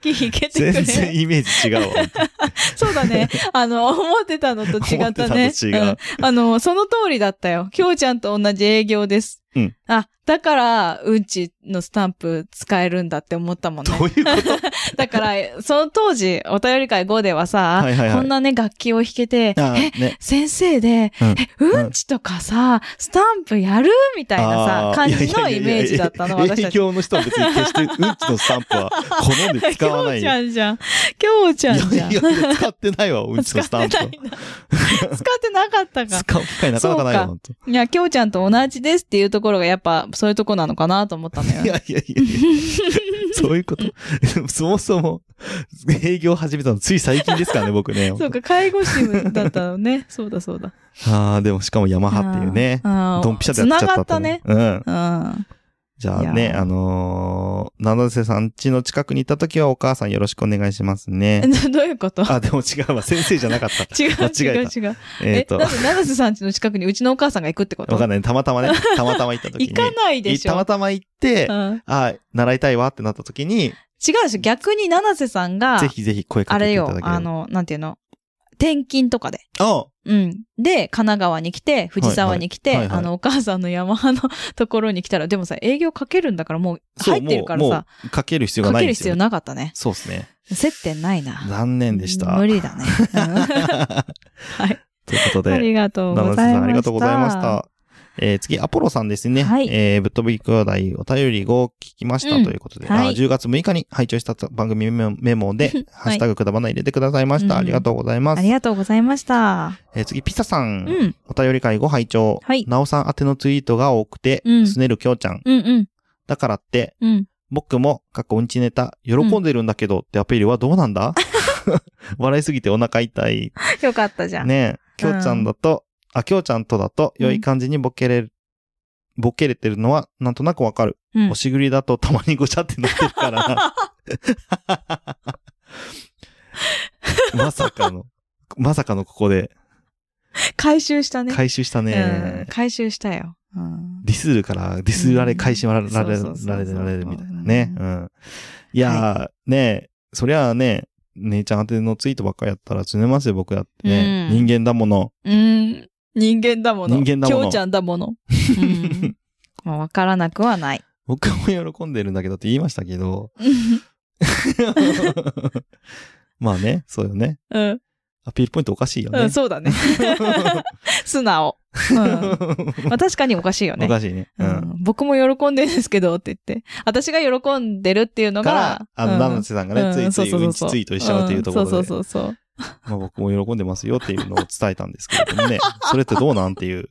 Speaker 2: 器弾けてくれ
Speaker 1: 全。然イメージ違うわ。本当に
Speaker 2: そう だね。あの、思ってたのと違った
Speaker 1: 思
Speaker 2: ね。
Speaker 1: ってたと違うん
Speaker 2: あの、その通りだったよ。きょうちゃんと同じ営業です。
Speaker 1: うん
Speaker 2: あ、だから、うんちのスタンプ使えるんだって思ったもんね
Speaker 1: ど。ういうこと
Speaker 2: だから、その当時、お便り会5ではさ、
Speaker 1: はいはいはい
Speaker 2: こんなね、楽器を弾けて、
Speaker 1: あ
Speaker 2: え、
Speaker 1: ね。
Speaker 2: 先生で、
Speaker 1: うん
Speaker 2: え、うんちとかさ、スタンプやるみたいなさ
Speaker 1: あ、ー
Speaker 2: 感じのイメージだったの、
Speaker 1: いやいやいや
Speaker 2: 私た
Speaker 1: 営
Speaker 2: ち。
Speaker 1: 業の人は別に決してうんちのスタンプは好んで使わない。
Speaker 2: きょうちゃんじゃん。きょうちゃんじゃん。
Speaker 1: いやいや、使ってないわ、うんち
Speaker 2: 使
Speaker 1: の
Speaker 2: っ
Speaker 1: スタ
Speaker 2: て
Speaker 1: ンプは。
Speaker 2: ないな。使ってなかったか。
Speaker 1: 使う機会なかなかないよ、
Speaker 2: そうか
Speaker 1: ほんと。
Speaker 2: いや、きょうちゃんと同じですっていうところがやっぱ、そういうとこなのかなと思ったのよ。
Speaker 1: いやいやいやいやそういうこと。そもそも、営業始めたのつい最近ですからね、僕ね。
Speaker 2: そうか、介護士だった のね。そうだそうだ。
Speaker 1: ああ、でもしかもヤマハっていうね。
Speaker 2: あー
Speaker 1: ドンピシャでやっちゃったって
Speaker 2: 繋がっ。
Speaker 1: うん。
Speaker 2: うん。
Speaker 1: じゃあ
Speaker 2: い
Speaker 1: ね、
Speaker 2: やー
Speaker 1: あのー、七瀬さん家の近くに行った時はお母さんよろしくお願いします
Speaker 2: え
Speaker 1: ね。
Speaker 2: などういうこと
Speaker 1: あ、でも違うわ。先生じゃなかった。
Speaker 2: 違う
Speaker 1: 間
Speaker 2: 違
Speaker 1: 違え
Speaker 2: う
Speaker 1: た。
Speaker 2: 違う。
Speaker 1: えっ
Speaker 2: え、
Speaker 1: と、
Speaker 2: なん
Speaker 1: わ
Speaker 2: で七瀬さん家の近くにうちのお母さんが行くってこと
Speaker 1: かんない。たまたまね、たまたま行った時に。
Speaker 2: 行かないでしょ。
Speaker 1: たまたま行って、
Speaker 2: うん
Speaker 1: あ、習いたいわってなった時に、
Speaker 2: 違うでしょ。逆に七瀬さんが
Speaker 1: ぜ、ひぜひ声か
Speaker 2: あ
Speaker 1: け
Speaker 2: れ
Speaker 1: ていた
Speaker 2: よ
Speaker 1: だけれ、ば。
Speaker 2: あの、なんていうの転勤とかで。
Speaker 1: あ、
Speaker 2: うん。で、神奈川に来て、藤沢に来て、
Speaker 1: はいはいはいはい
Speaker 2: あの、お母さんの山ハのところに来たら、でもさ、営業かけるんだからもう
Speaker 1: そう
Speaker 2: 入ってるから
Speaker 1: もう
Speaker 2: さ、
Speaker 1: もうかける必要が
Speaker 2: か
Speaker 1: ない
Speaker 2: け
Speaker 1: ん
Speaker 2: る
Speaker 1: です
Speaker 2: 必
Speaker 1: よ
Speaker 2: 要。なかったね。
Speaker 1: そうですね。
Speaker 2: 接点ないな。
Speaker 1: 残念でした。
Speaker 2: 無理だね。うんはい。
Speaker 1: ということ
Speaker 2: あり
Speaker 1: で、
Speaker 2: がとうござい
Speaker 1: 七瀬さ
Speaker 2: ました。
Speaker 1: んありがとうございました。えー次、アポロさんですね。
Speaker 2: はい
Speaker 1: えーぶっ飛び兄弟お便りを聞きまし
Speaker 2: うん
Speaker 1: たということで、
Speaker 2: はい
Speaker 1: あ10月6日に拝聴した番組メモメモで、ハッシュタグくだばな入れてくださいました。
Speaker 2: うん
Speaker 1: ありがとうございます。
Speaker 2: ありがとうございました。
Speaker 1: えー次、ピサさん。
Speaker 2: うん。
Speaker 1: お便り会後拝聴。
Speaker 2: はい
Speaker 1: なおさん宛てのツイートが多くて、
Speaker 2: うん
Speaker 1: すねるきょうちゃん。
Speaker 2: うんうん。
Speaker 1: だからって、
Speaker 2: うん。
Speaker 1: 僕も、過去うんちネタ、喜んでるんだけどってアピールはどうなんだ 笑いすぎてお腹痛い。
Speaker 2: よかったじゃん。
Speaker 1: ねえ、きょうちゃんだと、あ、きょうちゃんとだと、良い感じにボケれる、ボケれてるのはなんとなくわかる。
Speaker 2: うん
Speaker 1: おしぐりだとたまにごちゃってなってるからな。 まさかの、まさかのここで
Speaker 2: 回収したね。
Speaker 1: 回収した
Speaker 2: うん
Speaker 1: ね。
Speaker 2: 回収したよ。うん
Speaker 1: ディスるから、ディスられ、返しられ、
Speaker 2: うん
Speaker 1: られ、
Speaker 2: そうそうそう
Speaker 1: られ、られるみたいな
Speaker 2: うん
Speaker 1: ね。うん。いやー、ねえ、そりゃあね、姉ちゃん宛てのツイートばっかやったらつねますよ、僕だってね。
Speaker 2: うん
Speaker 1: 人間だもの。
Speaker 2: うん。人間だもの。
Speaker 1: 人間だもの
Speaker 2: きょうちゃんだもの。 うん。まあわからなくはない。
Speaker 1: 僕も喜んでるんだけどって言いましたけど。 まあね、そうよね。
Speaker 2: うん。
Speaker 1: アピールポイントおかしいよ
Speaker 2: う
Speaker 1: ね
Speaker 2: ん、。そう だね。素直。うん。まあ確かにおかしいよ
Speaker 1: お
Speaker 2: ね。
Speaker 1: かしいね。う。
Speaker 2: うんん、僕も喜んでるんですけどって言って。私が喜んでるっていうの
Speaker 1: か
Speaker 2: が
Speaker 1: ら、、あの、
Speaker 2: うん
Speaker 1: 七瀬さんがね、ついついうんちツイートしちゃうというところで。
Speaker 2: んそうそうそうそう。
Speaker 1: まあ僕も喜んでますよっていうのを伝えたんですけれど もね。それってどうなんっていう。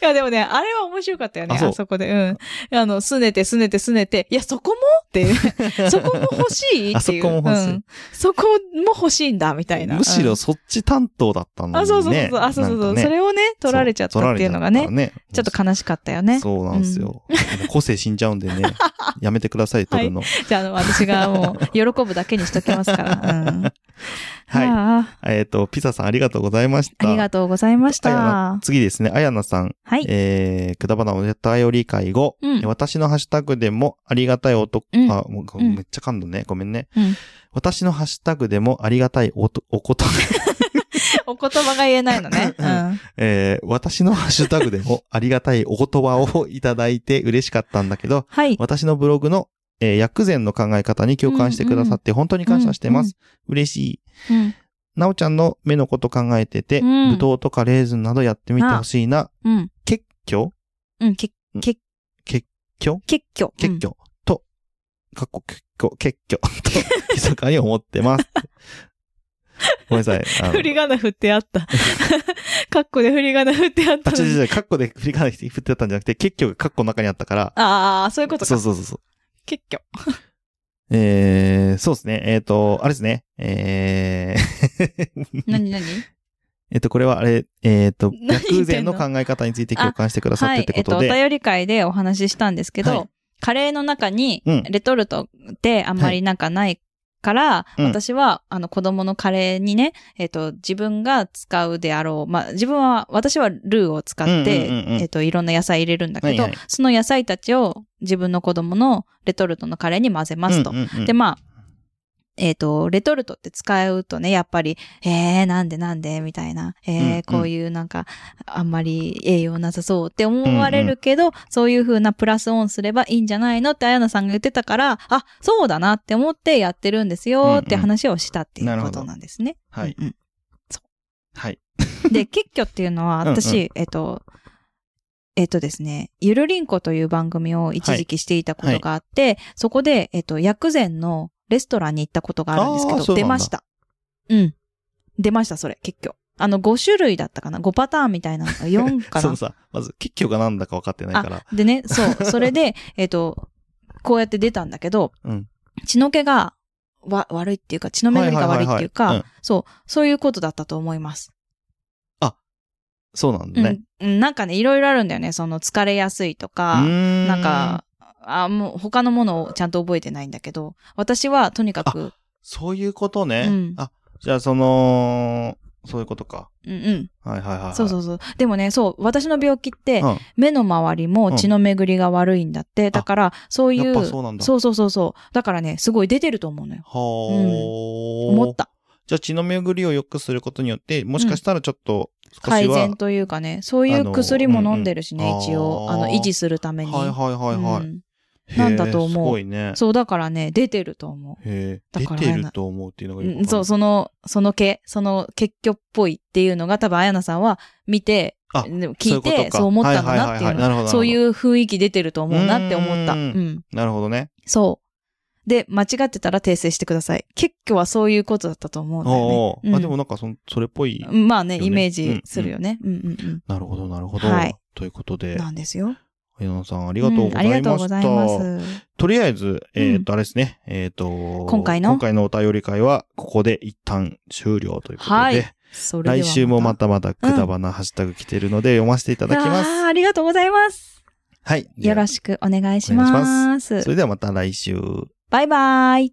Speaker 2: いや、でもね、あれは面白かったよね、
Speaker 1: あそう
Speaker 2: あそこで。うん。あの、すねて、すねて、すねて、いや、そこもって、 そこも欲しい
Speaker 1: あ
Speaker 2: っていう。
Speaker 1: そこも欲しい
Speaker 2: うんそこも欲しいんだ、みたいな。
Speaker 1: むし
Speaker 2: う
Speaker 1: ろ
Speaker 2: ん
Speaker 1: そっち担当だったのにね。
Speaker 2: あ、そうそうそうそう。あ、そうそうそ
Speaker 1: なん
Speaker 2: う、
Speaker 1: かね
Speaker 2: それをね、取られちゃったっていうのがね、
Speaker 1: そう取られちゃったから
Speaker 2: ちょっと悲しかったよね。
Speaker 1: そうなんですよ。個性死んじゃうんでね。やめてくだ さい、取るの。
Speaker 2: じゃあ、あの、私がもう、喜ぶだけにしときますから。 うん。
Speaker 1: はい
Speaker 2: あ
Speaker 1: えっと、ピザさんありがとうございました。
Speaker 2: あ、ありがとうございまし
Speaker 1: あやな
Speaker 2: た。
Speaker 1: 次ですね、あやなさん。
Speaker 2: はい。
Speaker 1: えー、くだばなお便り会後、
Speaker 2: うん
Speaker 1: 私のハッシュタグでもありがたい男、
Speaker 2: うん
Speaker 1: あ、もうご
Speaker 2: うん
Speaker 1: めっちゃ噛んだね。ごめんね。
Speaker 2: うん
Speaker 1: 私のハッシュタグでもありがたいおと、おこと、
Speaker 2: お言葉が言えないのね。うん。
Speaker 1: えー、私のハッシュタグでもありがたいお言葉をいただいて嬉しかったんだけど、
Speaker 2: はい。
Speaker 1: 私のブログの、えー薬膳の考え方に共感してくださって本当に感謝してます。嬉しい。
Speaker 2: うん。
Speaker 1: なおちゃんの目のこと考えてて、
Speaker 2: うん
Speaker 1: ぶどうとかレーズンなどやってみてほしいな。
Speaker 2: うん。
Speaker 1: 結局
Speaker 2: うん。け、
Speaker 1: 今日
Speaker 2: 結局。
Speaker 1: 結
Speaker 2: うん
Speaker 1: 局、と、かっこ結局、結局、と、 密かに思ってます。ごめんなさい。あの
Speaker 2: 振り仮名振ってあ った。カッコで振り仮名振ってあっ
Speaker 1: あ、
Speaker 2: たの
Speaker 1: 違う
Speaker 2: に。
Speaker 1: 違う違う、カッコで振り返って振ってあったんじゃなくて、結局カッコの中にあったから、
Speaker 2: ああ、そういうこと
Speaker 1: そう
Speaker 2: か。
Speaker 1: そうそうそう。
Speaker 2: 結局。
Speaker 1: えー、そうですね。えっ、と、あれですね。えー、
Speaker 2: 何 何
Speaker 1: えっと、これはあれ、えっ、と、
Speaker 2: 何言
Speaker 1: 薬
Speaker 2: って
Speaker 1: 膳
Speaker 2: んの
Speaker 1: の考え方について共感してくださっ
Speaker 2: は
Speaker 1: てっ
Speaker 2: い。
Speaker 1: て
Speaker 2: え
Speaker 1: こ
Speaker 2: っと、
Speaker 1: と
Speaker 2: お
Speaker 1: で、
Speaker 2: 便り会でお話ししたんですけ
Speaker 1: は
Speaker 2: ど、カレーの中に
Speaker 1: うん
Speaker 2: レトルトってあんまりなんかないから、
Speaker 1: うん
Speaker 2: 私は、あの、子供のカレーにね、えっと、自分が使うであろう。まあ、自分は、私はルーを使って、
Speaker 1: うんうんうんうん
Speaker 2: えっと、いろんな野菜入れるんだけど、
Speaker 1: はいはい
Speaker 2: その野菜たちを自分の子供のレトルトのカレーに混ぜますと。
Speaker 1: うんうんうん
Speaker 2: で、まあ、えっ、と、レトルトって使うとね、やっぱり、えー、なんでなんでみたいな、えー
Speaker 1: うん
Speaker 2: こういうなんか、あんまり栄養なさそうって思われるけど、そういう風なプラスオンすればいいんじゃないのって、あやなさんが言ってたから、あ、そうだなって思ってやってるんですよって話をしたっていうことなんですね。
Speaker 1: はい
Speaker 2: うんうん
Speaker 1: はい。
Speaker 2: で、結局っていうのは、
Speaker 1: うんうん
Speaker 2: 私、えっと、えっとですね、ゆるりんこという番組を一時期していたことがあって、そこで、えっと、薬膳のレストランに行ったことがあるんですけ
Speaker 1: あーそ
Speaker 2: ど、
Speaker 1: うなんだ
Speaker 2: 出ました。うん。出ました、それ、結局。あの、5種類だったかな ?5 パターンみたいなの が4か
Speaker 1: そ
Speaker 2: な
Speaker 1: のさ、まず、結局がなんだか分かってないから。
Speaker 2: でね、そう、そ れで、えっと、こうやって出たんだけど、
Speaker 1: うん
Speaker 2: 血の気が、わ、悪いっていうか、血の巡りが悪いっていう
Speaker 1: はははは
Speaker 2: か
Speaker 1: ん、
Speaker 2: そう、そういうことだったと思います。
Speaker 1: そうなんだ
Speaker 2: う
Speaker 1: ね。
Speaker 2: んうん、なんかね、いろいろあるんだよね。その、疲れやすいと
Speaker 1: う
Speaker 2: か、
Speaker 1: ーん
Speaker 2: なん、か、あ、もう他のものをちゃんと覚えてないんだけど、私はとにかく、
Speaker 1: そういうこと
Speaker 2: う
Speaker 1: ね
Speaker 2: ん。
Speaker 1: あ、じゃあその、そういうことか。
Speaker 2: うんうん。
Speaker 1: はいはいはいはい。
Speaker 2: そうそうそう。でもね、そう、私の病気って、
Speaker 1: うん。
Speaker 2: 目の周りも血の巡りが悪いんだって、だから、そういう、
Speaker 1: やっぱそうなんだ
Speaker 2: そうそうそうそう。だからね、すごい出てると思うのよ。
Speaker 1: はー
Speaker 2: 思った。
Speaker 1: じゃあ血の巡りを良くすることによって、もしかしたらちょっと少しは、
Speaker 2: 改善というかね、そういう薬も飲んでるし
Speaker 1: あ
Speaker 2: ね
Speaker 1: の、
Speaker 2: 一応、
Speaker 1: あー
Speaker 2: あの、維持するために。
Speaker 1: はいはいはいはい。
Speaker 2: うん
Speaker 1: へー
Speaker 2: なんだと思う
Speaker 1: すごいね。
Speaker 2: そう、だからね、出てると思う。
Speaker 1: へえ。
Speaker 2: だ
Speaker 1: 出
Speaker 2: から
Speaker 1: てると思うっていうのがよくわか
Speaker 2: うん
Speaker 1: る
Speaker 2: そう、その、その毛、その結局っぽいっていうのが多分、あやなさんは見て、
Speaker 1: あ
Speaker 2: でも
Speaker 1: そうい
Speaker 2: 聞
Speaker 1: う
Speaker 2: い
Speaker 1: こと
Speaker 2: て、
Speaker 1: か
Speaker 2: そう思ったんだなってい
Speaker 1: はいはいはい
Speaker 2: う
Speaker 1: はいなるほどなるほ
Speaker 2: の。
Speaker 1: ど
Speaker 2: そういう雰囲気出てると思うなって思っ
Speaker 1: う
Speaker 2: た。う
Speaker 1: ーん
Speaker 2: ん。
Speaker 1: なるほどね。
Speaker 2: そう。で、間違ってたら訂正してください。結局はそういうことだったと思うんだよ
Speaker 1: おー
Speaker 2: ね。
Speaker 1: あ、でもなんかその、それっぽい。
Speaker 2: うん、まあね、
Speaker 1: よね
Speaker 2: イメージするよね。うんうんうん。
Speaker 1: なるほど、なるほど。
Speaker 2: はい
Speaker 1: ということで、
Speaker 2: なんですよ。
Speaker 1: 綾野さんあ
Speaker 2: あ
Speaker 1: りがとうございました。
Speaker 2: ありがとうございます。
Speaker 1: とりあえず、
Speaker 2: うん
Speaker 1: えっ、と、あれですね。えっ、と、
Speaker 2: 今回の
Speaker 1: 今回のお便り会は、ここで一旦終了ということで、
Speaker 2: はいそれでは
Speaker 1: 来週もまたまたくだばなハッシュタグ来てるので、読ませていただきます。
Speaker 2: あーありがとうございます。
Speaker 1: はい。
Speaker 2: よろ
Speaker 1: し
Speaker 2: しくお願いし
Speaker 1: お願いし
Speaker 2: ます
Speaker 1: そ。れではまた来週。
Speaker 2: バイバイ。